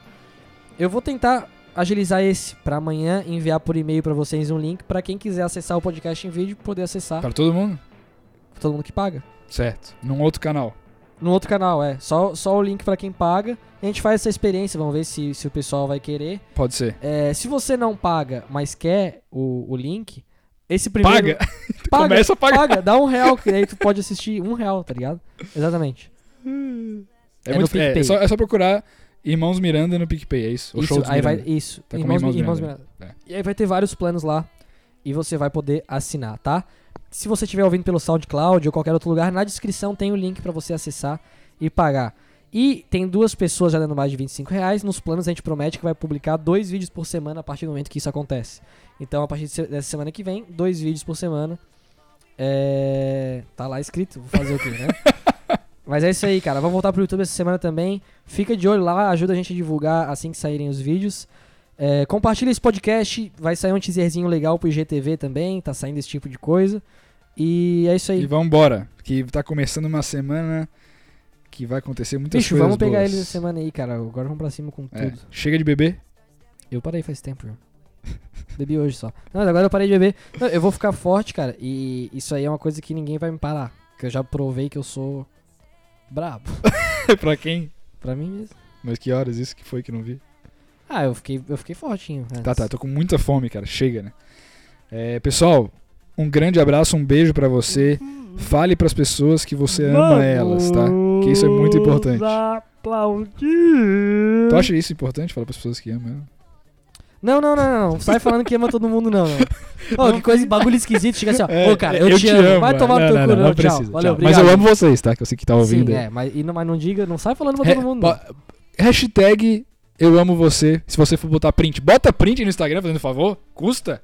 S1: Eu vou tentar agilizar esse pra amanhã, enviar por e-mail pra vocês um link pra quem quiser acessar o podcast em vídeo poder acessar.
S2: Para todo mundo?
S1: Todo mundo que paga.
S2: Certo. Num outro canal.
S1: No outro canal, é. Só, só o link pra quem paga. A gente faz essa experiência, vamos ver se, se o pessoal vai querer.
S2: Pode ser.
S1: É, se você não paga, mas quer o, o link, esse primeiro.
S2: Paga! Começa a pagar.
S1: Paga, dá um real, que aí tu pode assistir um real, tá ligado? Exatamente.
S2: É,
S1: É
S2: muito,
S1: no
S2: é,
S1: PicPay.
S2: é só, é só procurar Irmãos Miranda no PicPay, é isso? Ou
S1: Isso,
S2: show dos
S1: aí vai,
S2: Miranda.
S1: isso.
S2: Tá como
S1: irmãos,
S2: Irmãos né? É.
S1: irmãos
S2: Miranda,
S1: Miranda. E aí vai ter vários planos lá e você vai poder assinar, tá? Se você estiver ouvindo pelo SoundCloud ou qualquer outro lugar, na descrição tem o link pra você acessar e pagar. E tem duas pessoas já dando mais de 25 reais. Nos planos a gente promete que vai publicar dois vídeos por semana a partir do momento que isso acontece. Então, a partir de se- dessa semana que vem, dois vídeos por semana. É... Tá lá escrito, vou fazer o quê, né? Mas é isso aí, cara. Vamos voltar pro YouTube essa semana também. Fica de olho lá, ajuda a gente a divulgar assim que saírem os vídeos. É, compartilha esse podcast, vai sair um teaserzinho legal pro IGTV também, tá saindo esse tipo de coisa. E é isso aí.
S2: E vambora, que tá começando uma semana que vai acontecer muitas
S1: Bicho,
S2: coisas
S1: vamos pegar
S2: boas.
S1: eles na semana aí, cara. Agora vamos pra cima com
S2: É,
S1: tudo.
S2: Chega de beber.
S1: Eu parei faz tempo, João. Bebi hoje só. Não, mas agora eu parei de beber. Não, eu vou ficar forte, cara. E isso aí é uma coisa que ninguém vai me parar. Que eu já provei que eu sou brabo.
S2: pra quem?
S1: pra mim mesmo.
S2: Mas que horas isso que foi que não vi?
S1: Ah, eu fiquei, eu fiquei fortinho. antes.
S2: Tá, tá, tô com muita fome, cara. Chega, né? É, pessoal, um grande abraço, um beijo pra você. Fale pras pessoas que você ama elas, tá? Que isso é muito importante.
S1: Aplaudir.
S2: Tu acha isso importante? Falar pras pessoas que amam elas?
S1: Não, não, não, não, não. Sai falando que ama todo mundo, não, não. Ô, que coisa, bagulho esquisito. Chega assim, ó.
S2: É,
S1: Ô, cara, eu, te, amo. Vai
S2: é.
S1: tomar
S2: não,
S1: no teu
S2: não,
S1: cu,
S2: não,
S1: não.
S2: não
S1: tchau.
S2: precisa,
S1: Valeu,
S2: tchau.
S1: obrigado.
S2: Mas eu amo vocês, tá? Que eu sei que tá ouvindo.
S1: Sim,
S2: aí.
S1: é, mas, e não, mas não diga, não sai falando pra
S2: Re-
S1: todo mundo. não.
S2: pa- Hashtag eu amo você. Se você for botar print, bota print no Instagram, fazendo favor. Custa.